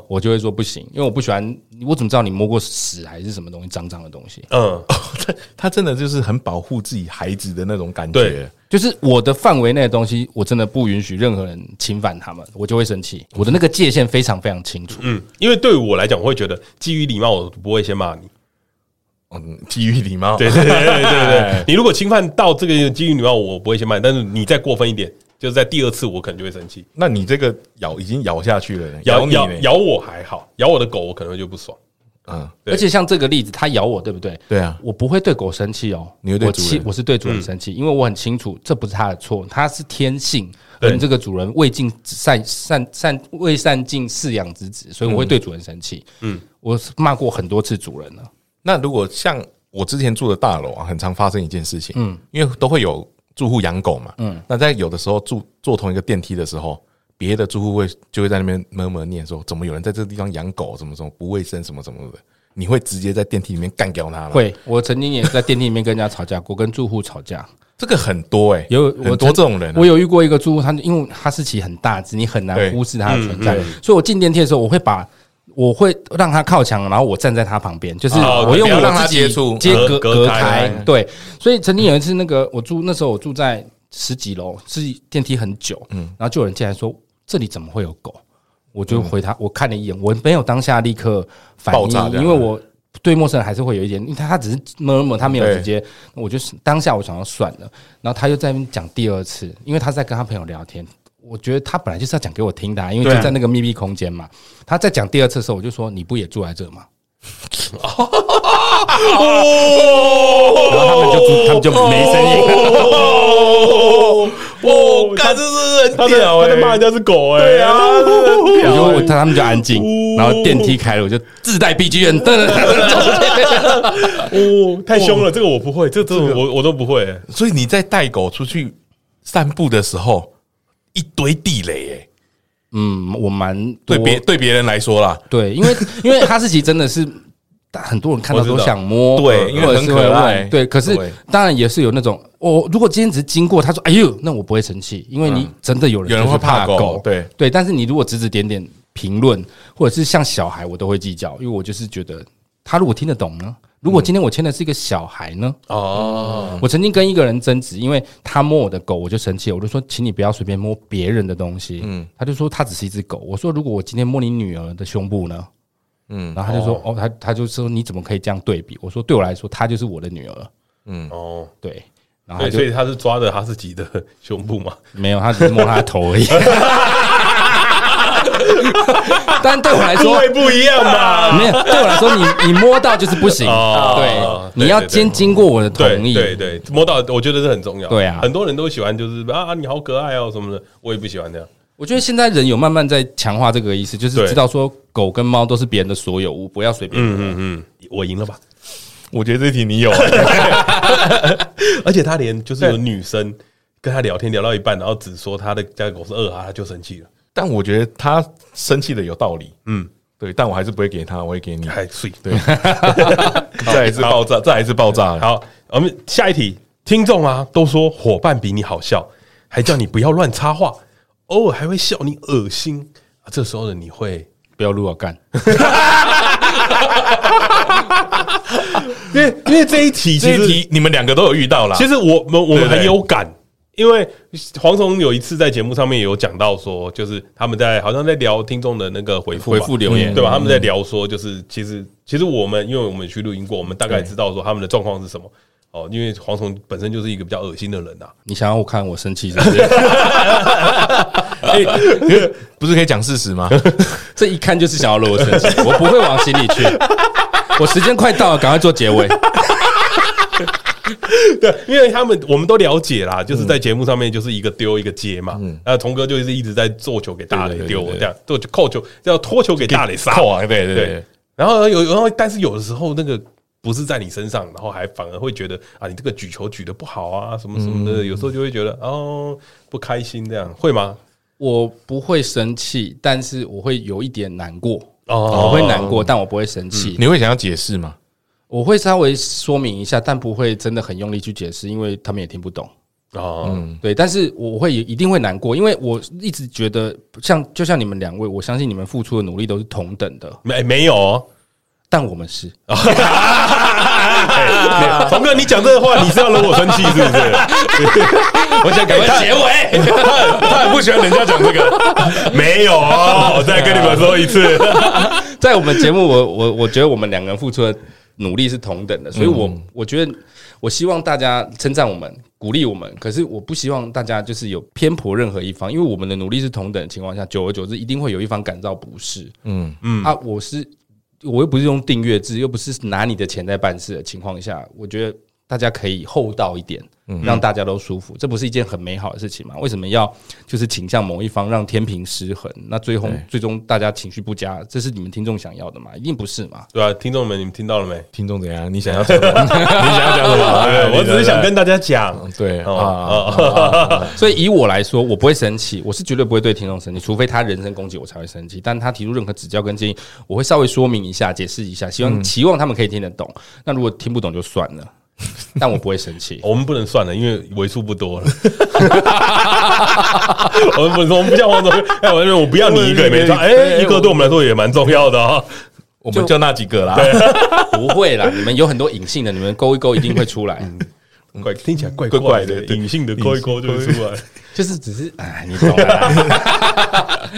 我就会说不行，因为我不喜欢，我怎么知道你摸过屎还是什么东西脏脏的东西？嗯，他他真的就是很保护自己孩子的那种感对觉，就是我的范围内的东西，我真的不允许任何人侵犯他们，我就会生气。我的那个界限非常非常清楚。嗯，因为对我来讲，我会觉得基于礼貌，我不会先骂你。嗯，基于礼貌，对对对对对对，你如果侵犯到这个基于礼貌，我不会先骂你，但是你再过分一点，就是在第二次，我可能就会生气。 那你这个咬已经咬下去了呢，咬你咬呢，咬我还好，咬我的狗我可能就不爽。嗯，对而且像这个例子，它咬我，对不对？对啊我不会对狗生气哦，你会对我主人嗯气，我是对主人生气，因为我很清楚这不是它的错，它是天性，对而你这个主人未尽善善善未善尽饲养之职，所以我会对主人生气。嗯，我是骂过很多次主人了，那如果像我之前住的大楼啊，很常发生一件事情，嗯，因为都会有住户养狗嘛，嗯，那在有的时候住坐同一个电梯的时候，别的住户会就会在那边默默念说，怎么有人在这个地方养狗，怎么怎么不卫生，什么什么的。你会直接在电梯里面干掉他吗？，会，我曾经也在电梯里面跟人家吵架 过，跟住户吵架。这个很多哎、有很我多曾这种人啊、我有遇过一个住户，他因为哈士奇很大只，你很难对嗯忽视它的存在，所以我进电梯的时候，我会把我会让它靠墙，然后我站在它旁边，就是哦我用不要我让它自己接触接隔隔隔隔开开。对，所以曾经有一次，那个我住那时候我住在十几楼，是电梯很久，嗯，然后就有人进来说这里怎么会有狗？我就回他，我看了一眼，我没有当下立刻嗯反爆炸应，这样因为我对陌生人还是会有一点，因为他他只是摸摸，他没有对直接，我就是当下我想要算了，然后他又在那边讲第二次，因为他在跟他朋友聊天。我觉得他本来就是要讲给我听的、啊，因为对啊就在那个密闭空间嘛。他在讲第二次的时候，我就说：“你不也住在这吗？”然后他们就他们就没声音。哦，干这是他在他在骂人家是狗哎， 对啊，我就我他他们就安静，然后电梯开了，我就自带 BGM，噔噔噔噔噔噔哦，太凶了，这个我不会，这这种我我都不会欸，所以你在带狗出去散步的时候，一堆地雷哎、嗯，我蛮对多别对别人来说啦，对，因为因为哈士奇真的是很多人看到我知道都想摸，对因为或者是会很可爱问，对。可是对当然也是有那种，我如果今天只是经过，他说“哎呦”，那我不会生气，因为你真的有人嗯有人就是会怕怕狗狗，对对。但是你如果指指点点评论，或者是像小孩，我都会计较，因为我就是觉得他如果听得懂呢，如嗯果今天我签的是一个小孩呢，哦，我曾经跟一个人争执，因为他摸我的狗，我就生气了，我就说，请你不要随便摸别人的东西。嗯，他就说他只是一只狗。我说，如果我今天摸你女儿的胸部呢？嗯，然后他就说，哦，他他就说你怎么可以这样对比？我说，对我来说，她就是我的女儿。哦，对，然后对，他所就以他是抓着哈士奇的胸部嘛，没有，他只是摸她的头 而已。但对我来部说，位不一样嘛，没有，对我来说，你你摸到就是不行。哦对，对你要对对先经过我的对同意。对对，摸到我觉得这很重要，对啊很多人都喜欢就是啊你好可爱哦什么的，我也不喜欢这样，我觉得现在人有慢慢在强化这个意思，就是对知道说狗跟猫都是别人的所有物，不要随便。嗯嗯嗯，我赢了吧？我觉得这题你 有、啊而且他连就是有女生跟他聊天聊到一半，然后只说他的家狗是二哈，他就生气了，但我觉得他生气的有道理，嗯，对，但我还是不会给他，我会给你。太碎。嗯 对，再来一次爆炸，再来一次爆炸。好，我们下一题，听众啊都说伙伴比你好笑，还叫你不要乱插话，偶尔还会笑你恶心啊，这时候的你会。不要撸啊我干，因为因为这一题其这实一题你们两个都有遇到啦。其实我们我对们不对很有感，因为黄总有一次在节目上面也有讲到说，就是他们在好像在聊听众的那个回复吧回复留嗯言对吧？他们在聊说，就是其实其实我们因为我们去录音过，我们大概知道说他们的状况是什么。哦，因为黄总本身就是一个比较恶心的人呐、 啊你想要我看我生气是不是？ 哎不是可以讲事实吗？哎这一看就是想要惹我生气，我不会往心里去。 我时间快到了，赶快做结尾。对，因为他们我们都了解啦，就是在节目上面就是一个丢一个接嘛。嗯，那童哥就是一直在做球给大对磊对对丢，对对这样做球扣球要拖球给大磊杀，扣啊，对对对对，，然后有然后但是有的时候那个不是在你身上，然后还反而会觉得啊，你这个举球举的不好啊，什么什么的，有时候就会觉得哦不开心这样，会吗？我不会生气，但是我会有一点难过。哦嗯我会难过，但我不会生气。你会想要解 释吗？我会稍微说明一下，但不会真的很用力去解释，因为他们也听不懂。哦，对，但是我会一定会难过，因为我一直觉得像就像你们两位，我相信你们付出的努力都是同等的，没没有哦。但我们是。 哎童哥，你讲这话，你是要惹我生气是不是？我想赶快结尾。他他很不喜欢人家讲这个， 没 有哦，我再跟你们说一次。在我们节目，我我我觉得我们两个人付出的努力是同等的，所以我、我觉得我希望大家称赞我们，鼓励我们，可是我不希望大家就是有偏颇任何一方，因为我们的努力是同等的情况下，久而久之一定会有一方感到不适。嗯嗯啊，我是我又不是用订阅制，又不是拿你的钱在办事的情况下，我觉得。大家可以厚道一点，让大家都舒服，这不是一件很美好的事情吗？为什么要就是倾向某一方，让天平失衡？那最后最终大家情绪不佳，这是你们听众想要的吗？一定不是嘛？对吧？听众们，你们听到了没？听众怎样？你想要讲什 么？你想要讲什么？哎对，我只是想跟你大家讲，对啊哦啊啊，啊所以以我来说，我不会生气，我是绝对不会对听众生气，除非他人身攻击我才会生气。但他提出任何指教跟建议，我会稍微说明一下、解释一下，希望期望他们可以听得懂。那如果听不懂就算了，但我不会生气。我们不能算了，因为为数不多了。我们不能说，我们不像黄总，哎，我我不要你一个也没错，哎，一个对我们来说也蛮重要的啊。我们就那几个啦。不会啦， 你们有很多隐性的，你们勾一勾一定会出嗯来，怪听起来怪怪怪怪的的，隐性的勾一勾就会出来。就是只是哎，你懂的啦。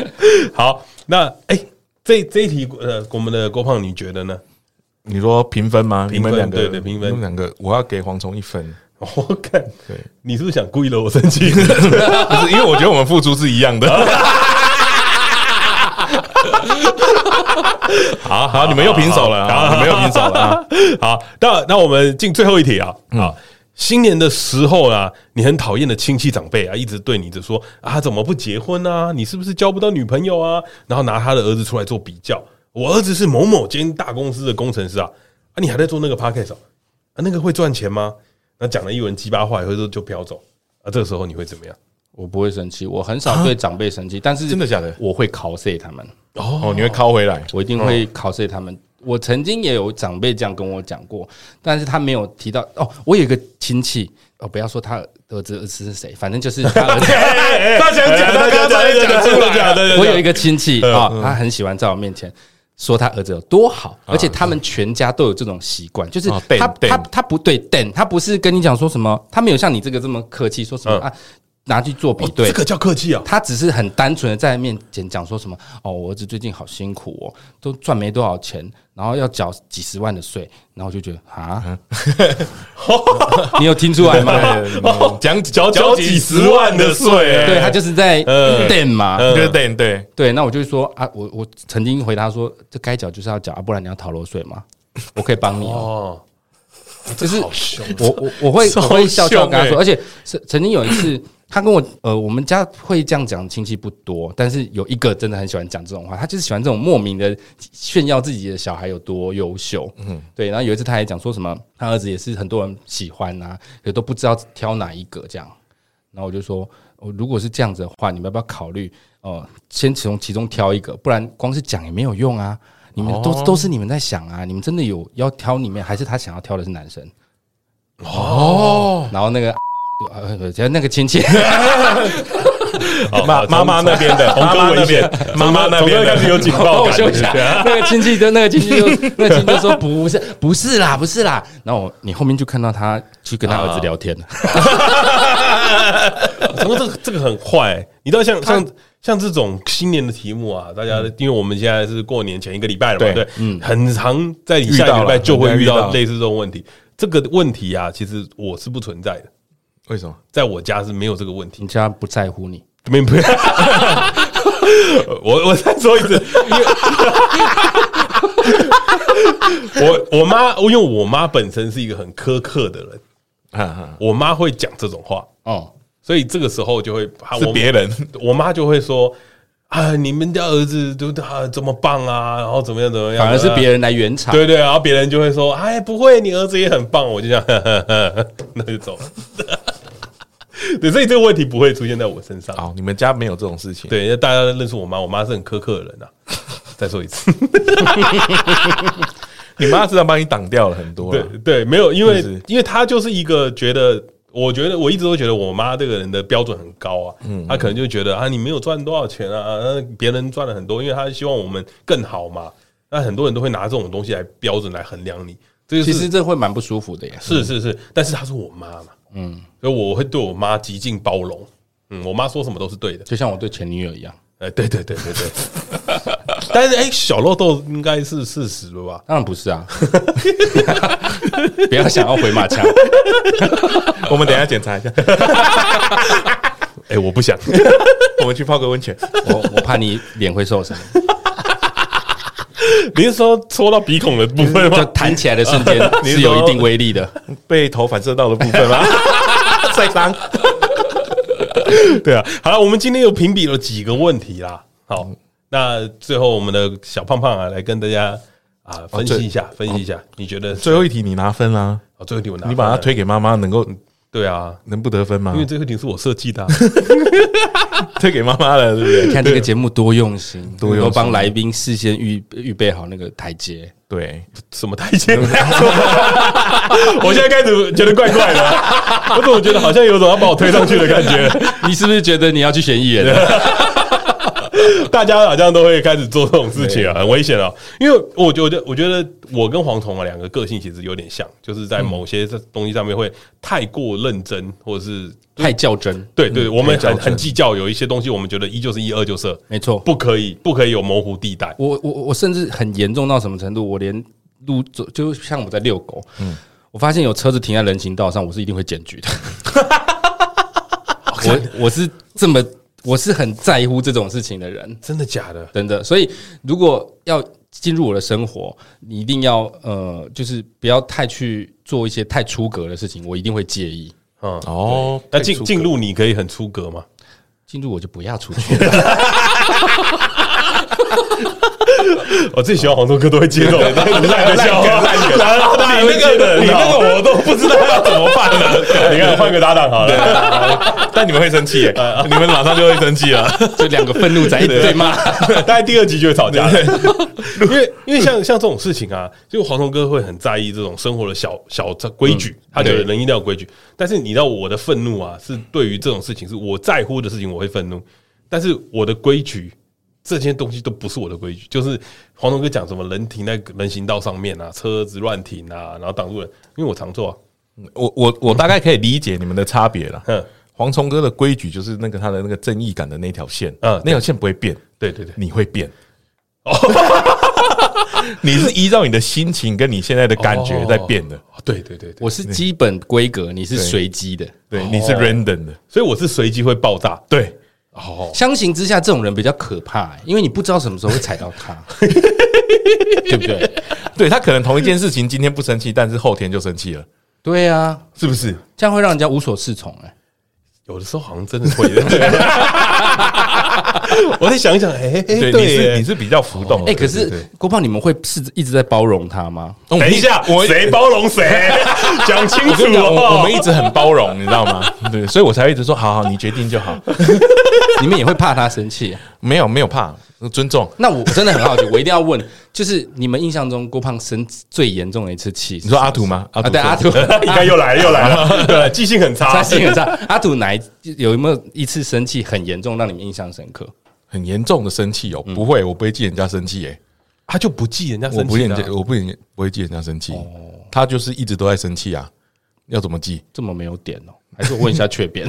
好，那哎、这这一题呃，我们的郭胖你觉得呢？你说评分吗？评分你们两个对对评分你们两个，我要给蝗虫一分。我看对，你是不是想故意惹我生气？不是因为我觉得我们付出是一样 的。好好，你们又平手了好好啊！你们又平手了啊！好，那那我们进最后一题啊。好，新年的时候啊，你很讨厌的亲戚长辈啊，一直对你着说啊，怎么不结婚啊？你是不是交不到女朋友啊？然后拿他的儿子出来做比较，我儿子是某某间大公司的工程师啊，啊，你还在做那个 podcast 啊？啊那个会赚钱吗？那讲了一轮鸡巴话以后就就飘走啊，这个时候你会怎么样？我不会生气，我很少对长辈生气，但是真的假的我会 cos 他们，哦，你会靠回来，我一定哦会 cos 他们。我曾经也有长辈这样跟我讲过，但是他没有提到哦。我有一个亲戚哦，不要说他儿子儿子是谁，反正就是他哎儿子。他想讲他刚才讲出来来我有一个亲戚嗯啊，他很喜欢在我面前说他儿子有多好，啊而且他们全家都有这种习惯，就是啊他对他对他不对等，他不是跟你讲说什么，他没有像你这个这么客气，说什么嗯啊拿去做比哦，对这。个叫客气啊。他只是很单纯的在面前讲说什么哦，我儿子最近好辛苦哦，都赚没多少钱，然后要缴几十万的税，然后我就觉得嗯啊， 你有听出 来吗？对哦讲缴缴几十万的税、对他就是在嗯等嘛，对对对，对，那我就会说啊，我我曾经回答说，这该缴就是要缴啊，不然你要逃漏税吗？我可以帮你、哦。哦，就是好凶我我我会我会笑笑跟他超凶欸说，而且曾曾经有一次，他跟我呃，我们家会这样讲亲戚不多，但是有一个真的很喜欢讲这种话，他就是喜欢这种莫名的炫耀自己的小孩有多优秀。嗯，对。然后有一次他还讲说什么，他儿子也是很多人喜欢啊，也都不知道挑哪一个这样。然后我就说，哦，如果是这样子的话，你们要不要考虑？呃，先从其中挑一个，不然光是讲也没有用啊。你们哦都、都是你们在想啊，你们真的有要挑里面，还是他想要挑的是男生？哦，然后那个。呃，就那个 亲戚，好妈妈妈那边的，从妈哥妈文那一遍边，，妈妈那从边哦哥开始有警帮报我感，休息一下。那个亲戚就那个亲戚就那个亲戚就说不是不是啦不是啦。然后我你后面就看到他去跟他啊儿子聊天了。 怎么这个这个很坏、你知道像像像这种新年的题目啊，大家、因为我们现在是过年前一个礼拜了嘛，对，对很常在你下一个礼遇到拜了就会遇很到常遇到类似这种问题。这个问题啊，其实我是不存在的，为什么？在我家是没有这个问题你。家不在乎你，没没， 我我再说一次，因为我我妈，因为我妈本身是一个很苛刻的人，啊我妈会讲这种话，哦、所以这个时候就会啊啊是我别人，我妈就会说啊，你们家儿子都啊这么棒啊，然后怎么样怎么样，反而是别人。人来圆场。对对，然后别人就会说：“哎，不会，你儿子也很棒。”我就这样，呵呵呵 那就走了。 对，所以这个问题不会出现在我身上。啊好，你们家没有这种事情，对，因为大家都认识我妈，我妈是很苛刻的人啊。再说一次，你妈是要帮你挡掉了很多对啦，对，没有，因为是不是因为她就是一个觉得，我觉得我一直都觉得我妈这个人的标准很高啊，嗯她可能就觉得啊，你没有赚多少钱啊，那别人赚了很多，因为她希望我们更好嘛。那很多人都会拿这种东西来标准来衡量你，这就是其实这会蛮不舒服的耶。是是是，但是她是我妈嘛，嗯，所以我会对我妈极尽包容。嗯，我妈说什么都是对的。就像我对前女友一样，哎，对对对对对。 但是哎、小漏豆应该是事实了吧？当然不是啊， 不要想要回马枪， 我们等一下检查一下，哎、我不 想。我们去泡个温泉。我我怕你脸会受伤。你是说戳到鼻孔的部分就吗？弹起来的瞬间你是有一定威力的。被头反射到的部分 吗？再 当对啊，好了，我们今天又评比了几个问题啦。好，那最后我们的小胖胖啊，来跟大家哦啊分析一下，分析一下，你觉得最后一题你拿分啊，哦最后一题我拿你把它分了推给妈妈，能够对啊，能不得分吗因？为最后一题是我设计的啊，推给妈妈了，对不对？看这个节目多用心，多用心都帮来宾事先预预备好那个台阶。对，什么台阶？我现在开始觉得怪怪的，啊我怎么觉得好像有种要把我推上去的感觉？你是不是觉得你要去选艺人了？大家好像都会开始做这种事情啊，很危险啊！因为我觉得，我觉得我跟黄铜啊两个个性其实有点像，就是在嗯某些这东西上面会太过认真，或者是太较真，对对，我们较很真很计较，有一些东西我们觉得一就是一，二就是二，没错。不可以不可以有模糊地带。我我我甚至很严重到什么程度？我连路走，就像我在遛狗，我发现有车子停在人行道上，我是一定会检举的。 我我是这么，我是很在乎这种事情的人，真的假的？真的。所以如果要进入我的生活，你一定要呃，就是不要太去做一些太出格的事情，我一定会介意。嗯，哦，那进进入你可以很出格吗？进入我就不要出去，我最喜欢黄忠哥都会 接这种烂的笑话，烂梗，然后大家你那个你那个我都不知道要怎么办 了。啊你看换个搭档好了，但你们会生气 耶，你们马上就会生气了。就两个愤怒仔一直 对啊骂。 大概第二集就会吵架了，因为 因为像像这种事情啊，就黄忠哥会很在意这种生活的小小规矩，他觉得人一定要有规矩。但是你知道我的愤怒啊，是对于这种事情是我在乎的事情，我会愤怒，但是我的规矩。这些东西都不是我的规矩，就是黄忠哥讲什么人停在人行道上面啊，车子乱停啊，然后挡路人，因为我常做啊， 我我我大概可以理解你们的差别了。嗯，黄虫哥的规矩就是那个他的那个正义感的那条线，嗯那条线不会变，对对哦对，你会变。 你是依照你的心情跟你现在的感觉在变的，哦对对对对，我是基本规格，你是对随机的。对，你是哦 random 的，所以我是随机会爆炸。 对，哦，相形之下，这种人比较可怕、欸因为你不知道什么时候会踩到他， 对不对？对他可能同一件事情今天不生气，但是后天就生气了，对啊，是不是？这样会让人家无所适从、哎，有的时候好像真的 会。我再想一想，哎、对对，你是耶你是比较浮动的。哎，可对对是对郭胖，你们会是一直在包容他吗？ 哦我们等一下，我谁包容 谁，讲清我楚跟你讲，我哦。我们一直很包容，你知道吗？ 对，所以我才会一直说，好好，你决定就好，你们也会怕他生气、 没有没有怕，尊重。那我真的很好奇，我一定要问，就是你们印象中郭胖生最严重的一次气是你什么，说阿土吗？阿啊，土对阿土， 你 看又来了又来 了，对，记性很他差。性格上，阿土哪一有没有一次生气很严重，让你们印象深刻？很严重的生气哦，不会，我不会记人家生气耶，他就不记人家我生不气人的家，啊，我不人不会记人家生气，他就是一直都在生气啊，要怎么记？这么没有点哦，还是我问一下雀 边？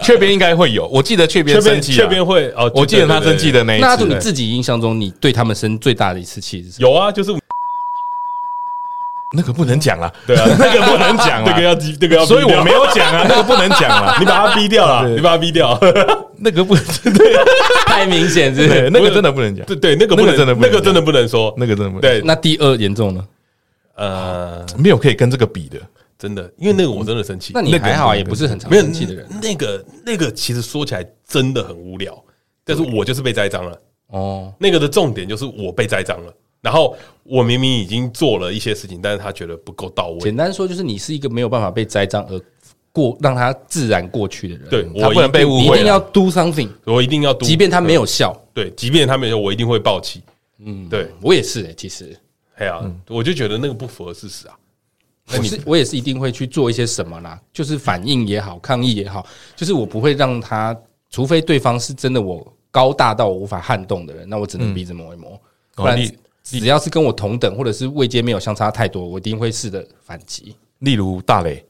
雀边应该会有，我记得雀边这生边气啊，这边会哦，我记得他生气的的那一那阿次土，你欸，自己印象中，你对他们生最大的一次气是什么？有啊，就是那个不能讲了，对啊， 那个不能讲这个了，要记这个要，所以我没。有讲啊，那个不能讲了， 你把他逼掉了，对你把他逼掉，那个不对，太明显是不是对， 那个真的不能讲，对对，那个不那能，个真的不能那个真的不能说，那个真的不能，对，那第二严重呢？呃，没有可以跟这个比的，真的，因为那个我真的生气，那你还好啊，也不是很常没有生气的人那个那个其实说起来真的很无聊，但是我就是被栽赃了。哦。那个的重点就是我被栽赃了，然后我明明已经做了一些事情，但是他觉得不够到位简。单说就是你是一个没有办法被栽赃而过让他自然过去的人，对他我不能被误，误你一会定要了， do something，我一定要读，即便他没有效，对，即便他没有，我一定会爆气。嗯，对，我也是、欸、其实哎呀，我就觉得那个不符合事实啊。我是我也是一定会去做一些什么啦，就是反应也好，抗议也好，就是我不会让他，除非对方是真的我高大到我无法撼动的人，那我只能鼻子磨一磨，不然你只要是跟我同等或者是位阶没有相差太多，我一定会试着反击。例如大雷，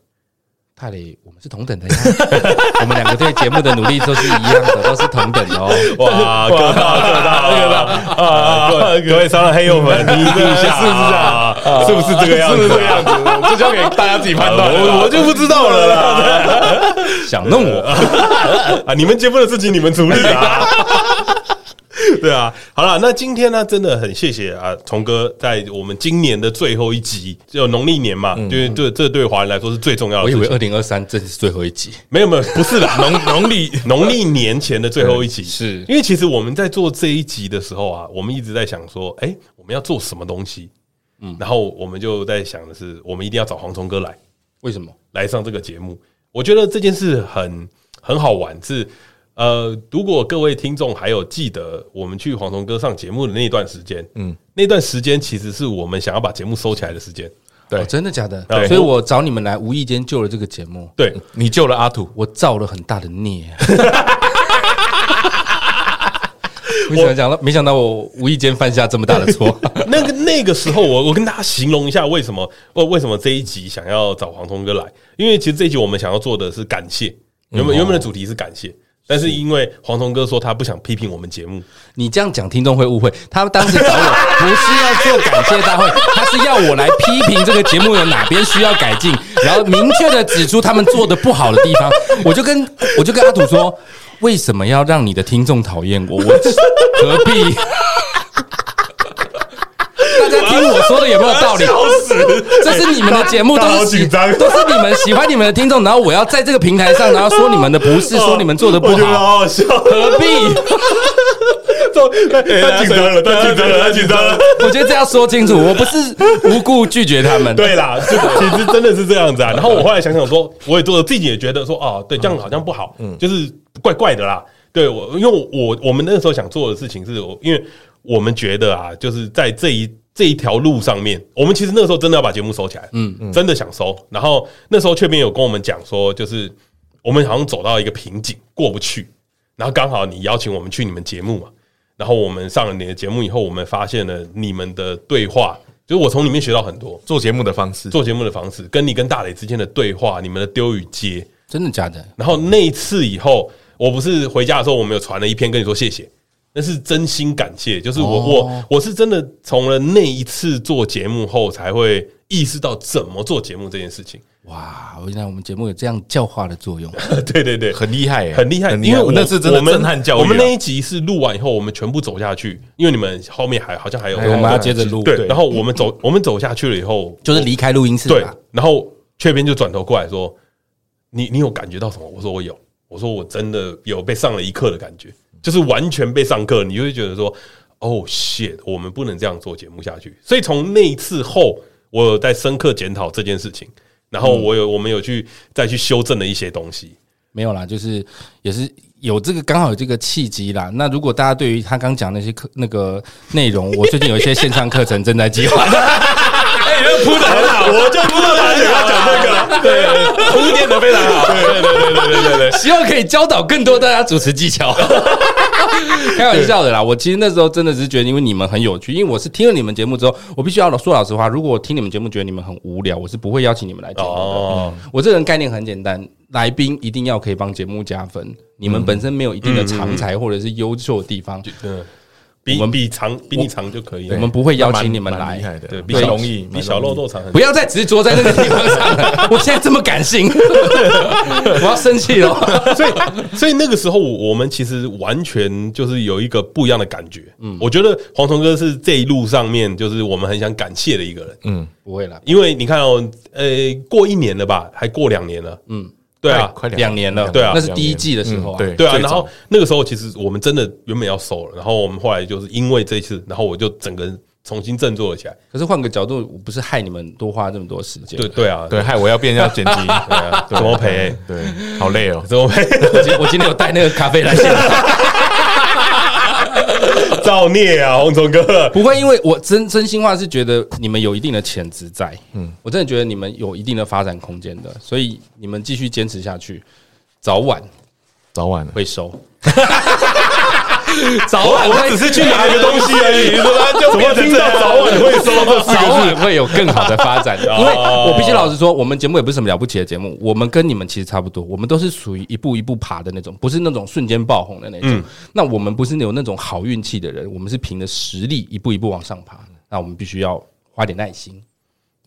泰磊，我们是同等的呀， 我们两个对节目的努力都是一样的，都是同等的哦。 哇，各大各大各大啊！各各位商人黑友们，你注意一下，是不是啊？是不是这个样子？是这样子？这交给大家自己判断 我我就不知道了啦。想弄我，啊，你们节目的事情你们处理啊。 对啊，好了，那今天呢，真的很谢谢啊，崇哥在我们今年的最后一集，就农历年嘛，对对，这对华人来哦说是最重要我的以事为情。二零二三这是最后一集，没有没有，不是啦，农农历 农历年前的最后一集，是因为其实我们在做这一集的时候啊，我们一直在想说，哎、我们要做什么东西？嗯，然后我们就在想的是，我们一定要找黄虫哥来为什么？来上这个节目。我觉得这件事很很好玩，是呃，如果各位听众还有记得我们去黄虫哥上节目的那段时间，嗯，那段时间其实是我们想要把节目收起来的时间。对哦真的假的对？所以我找你们来，无意间救了这个节目，对，你救了阿土，我造了很大的孽。没想到，没想到我无意间犯下这么大的错。那个那个时候我，我跟大家形容一下为什么，为为什么这一集想要找黄通哥来，因为其实这一集我们想要做的是感谢，嗯原本原哦本的主题是感谢，但是因为黄通哥说他不想批评我们节目，你这样讲，听众会误会。他当时找我不是要做感谢大会，他是要我来批评这个节目有哪边需要改进，然后明确的指出他们做的不好的地方。 我就跟我就跟阿土说，为什么要让你的听众讨厌我？我何必？ 大家听我说的有没有道理？这是你们的节目，大都大好是喜紧张都是你们喜欢你们的听众，然后我要在这个平台上，然后说你们的不是，说你们做的不哦我觉得好，好好笑，何必？哎他紧张了，啊他紧张了，他紧张了。我觉得这要说 清楚，我不是无故拒绝他们。对 啦，这个其实真的是这样子啊。然后我后来想想说，我也做了，自己也觉得说，哦，对，这样好像不好，就是怪怪的啦。对我，因为我我们那时候想做的事情是，我因为我们觉得啊，就是在这一这一条路上面，我们其实那时候真的要把节目收起来，嗯，真的想收。然后那时候却没有跟我们讲说，就是我们好像走到一个瓶颈，过不去。然后刚好你邀请我们去你们节目嘛，然后我们上了你的节目以后，我们发现了你们的对话，就是我从里面学到很多。做节目的方式，做节目的方式，跟你跟大磊之间的对话，你们的丢与接。真的假的？然后那一次以后，我不是回家的时候，我们有传了一篇跟你说谢谢，那是真心感谢。就是我、我我是真的从了那一次做节目后，才会意识到怎么做节目这件事情。 哇！原来我们节目有这样教化的作用。对对对，很厉害耶，很厉害，害因为我那次真的我们震撼教育啊。我们那一集是录完以后，我们全部走下去，因为你们后面还好像还有我们要接着录，对，然后我们走我们走下去了以后，就是离开录音室对吧。，然后雀边就转头过来说：“你你有感觉到什么？”我说：“我有。”我说：“我真的有被上了一课的感觉，就是完全被上课，你就会觉得说：‘哦、shit，我们不能这样做节目下去。’所以从那一次后，我有在深刻检讨这件事情，然后我有我们有去再去修正了一些东西。没有啦，就是也是有这个刚好有这个契机啦。那如果大家对于他刚讲那些课那个内容，我最近有一些线上课程正在计划。铺的很好，我就知道他想要讲这个。对，铺垫的非常好。对对对对对对对。” 希望可以教导更多大家主持 技巧。开玩笑的啦，我其实那时候真的只是觉得，因为你们很有趣，因为我是听了你们节目之后，我必须要说老实话，如果我听你们节目觉得你们很无聊，我是不会邀请你们来节目的。哦我这个人概念很简单，来宾一定要可以帮节目加分，你们本身没有一定的长才或者是优秀的地方，嗯，比我们比长比你长就可以了。我们不会邀请你们蛮厉害来。的，对比蛮小容易，比小蛮容肉易豆长很多不要再执着在那个地方上了，我现在这么感性， 我要生气了。所以，所以那个时候我我们其实完全就是有一个不一样的感觉。嗯，我觉得黄虫哥是这一路上面就是我们很想感谢的一个人，不会啦，因为你看哦，呃，过一年了吧，还过两年了，嗯，对啊，快两年了，对啊那是第一季的时候啊，对对啊，最然早后那个时候其实我们真的原本要收了，然后我们后来就是因为这一次，然后我就整个人重新振作了起来。可是换个角度，我不是害你们多花这么多时间。对，对啊，对，害我要变要剪辑，对啊怎么赔？对，好累哦。怎么会我今我今天有带那个咖啡来现场， 造孽啊，黄虫哥？ 不会，因为我真真心话是觉得你们有一定的潜质在，嗯，我真的觉得你们有一定的发展空间的，所以你们继续坚持下去，早晚早晚了，会收。早晚 我会只 是去拿一个东西而 已，怎么就怎么听到早晚会收 到早晚会有更好的发展的， 哦因为我必须老实说，我们节目也不是什么了不起的节目，我们跟你们其实差不多，我们都是属于一步一步爬的那种，不是那种瞬间爆红的那种。那我们不是有那种好运气的人，我们是凭着实力一步一步往上爬。那我们必须要花点耐心，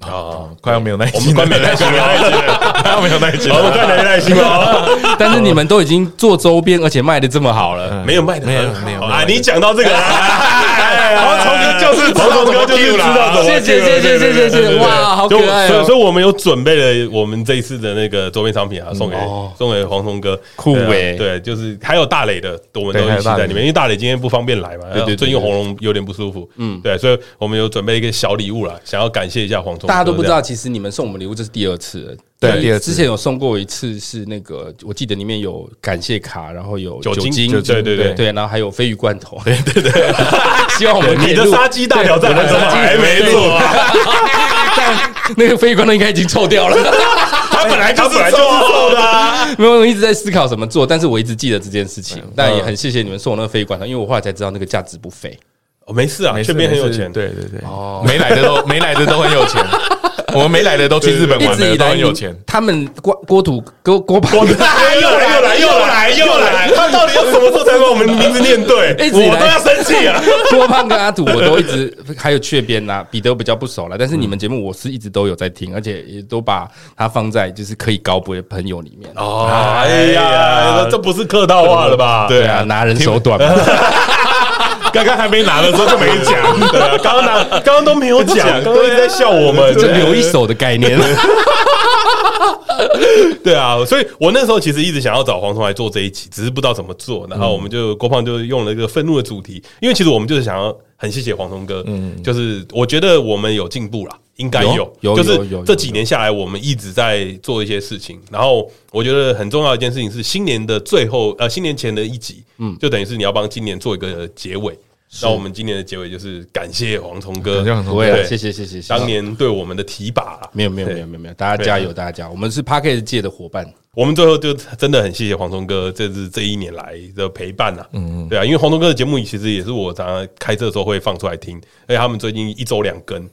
好，快要没有耐我心们了，快没耐心了，快要没有耐心哦好，我们了。快没耐 心了，但是你们都已经做周边，而且卖的这么好了，没有卖的很没有没有好啊！你哎讲到这个， 黄黄虫哥就是知道黄虫哥就怎么是 cue 知啦道怎么谢 cue 谢了对谢谢谢谢对对谢，对哇，好可就爱所以，哦！所以我们有准备了我们这一次的那个周边商品啊，送嗯给送给黄松哥，酷对啊欸对，就是还有大磊的，我们对都还一有起大在磊里面，因为大磊今天不方便来嘛，对对最近喉咙有点不舒服，嗯，对，所以我们有准备一个小礼物啦，想要感谢一下黄松。大家都不知道，，其实你们送我们礼物这是第二次了。对第一第二次之前有送过一次是那个，我记得里面有感谢卡，然后有酒精精，酒精对对对对，然后还有鲱鱼罐头，对对对。 希望我们可以你的录杀鸡大挑战对我怎的么杀鸡还没做啊？ 但那个鲱鱼罐头应该已经臭掉了。 他本来就是做的啊，没有，我一直在思考怎么做，但是我一直记得这件事情。但也很谢谢你们送我那个鲱鱼罐头，因为我后来才知道那个价值不菲。哦没事啊，没事这边很有没事钱，对对对，哦，没来的 都没来的都很有钱，我们没来的都去日本一玩直的以都来很有钱。他们郭郭土郭郭盘，哎 又来又来又来哎又来，他到底要什么时候才把我们名字念对？一直以我来都要生气啊！ 郭胖跟阿土，我都一直还有雀边呐、彼得比较不熟啦，但是你们节目我是一直都有在听，而且也都把它放在就是可以高博的朋友里面。哦，哎呀，这不是客套话了吧？对对啊，啊，拿人手 短嘛。刚刚还没拿的时候就没讲， 对啊，刚刚拿，刚刚都没 有讲，刚刚一直在笑我们，这留一手的概念，对啊，所以我那时候其实一直想要找黄虫来做这一期，只是不知道怎么做。然后我们就郭胖就用了一个愤怒的主题，因为其实我们就是想要很谢谢黄虫哥，嗯，就是我觉得我们有进步啦，应该有，有有就是有有有这几年下来我们一直在做一些事情。然后我觉得很重要的一件事情是新年的最后，呃，新年前的一集，嗯，就等于是你要帮今年做一个结尾。那我们今年的结尾就是感谢黄虫哥感谢黄，虫不哥会啦对谢谢谢谢谢谢。当年啊对我们的提拔啦。没有没有没有没有没有，大家加油大家加油，我们是 p a c k e t 界的伙伴。我们最后就真的很谢谢黄忠哥，这是这一年来的陪伴呐、啊。嗯，对啊，因为黄忠哥的节目其实也是我常常开车的时候会放出来听，而且他们最近一周两更，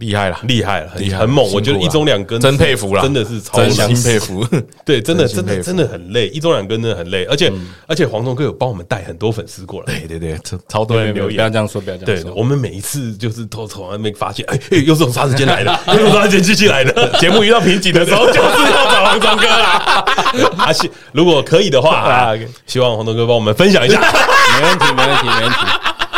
厉害了，厉害了，很厉害很猛。我辛苦觉啦得一周两更真佩服啦，真的是超真强心。佩服。对，真的真真心的佩服嗯真的很累，一周两更真的很累，而且而且黄忠哥有帮我们带很多粉丝过来。对对对，超超多人留不要言，这样说，不要这对，样说。我们每一次就是都从来没发现，哎、哎又是从杀时间来 的，又是从杀时间机器来的。节目遇到瓶颈的时候，就是要找黄忠哥 啦。而且啊如果可以的话、 啊，希望黄忠哥帮我们分享一下。没问题，没问题，没问题。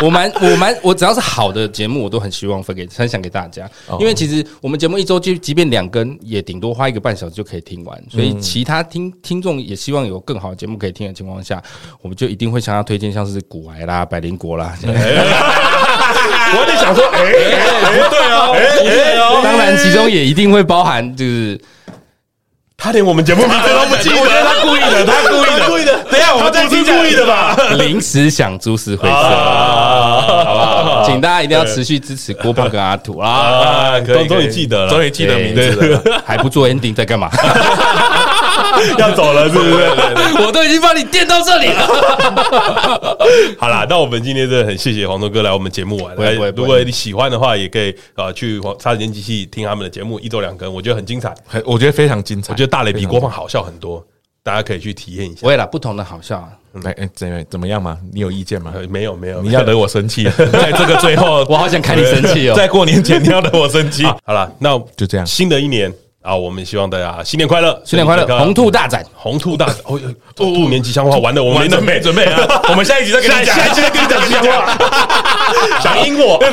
我蛮我蛮我只要是好的节目，我都很希望分给分享给大家，因为其实我们节目一周就即便两更，也顶多花一个半小时就可以听完，所以其他听听众也希望有更好的节目可以听的情况下，我们就一定会向他推荐像是古癌啦、百灵国啦。 我在想说， 哎、不对哦，哎、哎哦当然，其中也一定会包含就是他连我们节目名字都不 记得，他故意的，他故意的，故意的。等一下，我们这是故意的 吧？临时想株式会社，啊，好吧，请大家一定要持续支持郭胖跟阿土啦。啊，可终以终于可以记得了，终于记得名字了。对，还不做 ending 在干嘛？ 要走了，是不是？ 我都已经帮你垫到这里了。 好啦，那我们今天真的很谢谢黄东哥来我们节目玩。不会不会如果你喜欢的话，也可以啊去黄差点机器听他们的节目，一周两更，我觉得很精彩。很我觉得非常精彩。我觉得大雷比非郭常胖好笑很多，大家可以去体验一下。不会啦，不同的好笑啊。来，哎，怎么怎么样嘛？你有意见吗？呃没有没有， 你要 惹我生气，啊在这个最后，我好想看你生气哦在过年前你要惹我生气。好啦，那就这样新的一年啊，我们希望大家新年快乐，新年快乐，红兔大展。红兔大哦哦兔年吉祥话完了，我们完了没准备啊？我们下一集再跟你讲，下一集再跟你讲吉 祥话，想赢我。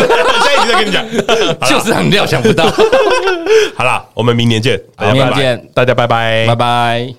下一集再跟 你讲。就是 很料想不到。好啦，我们明年见，好明年见大家拜拜，拜拜。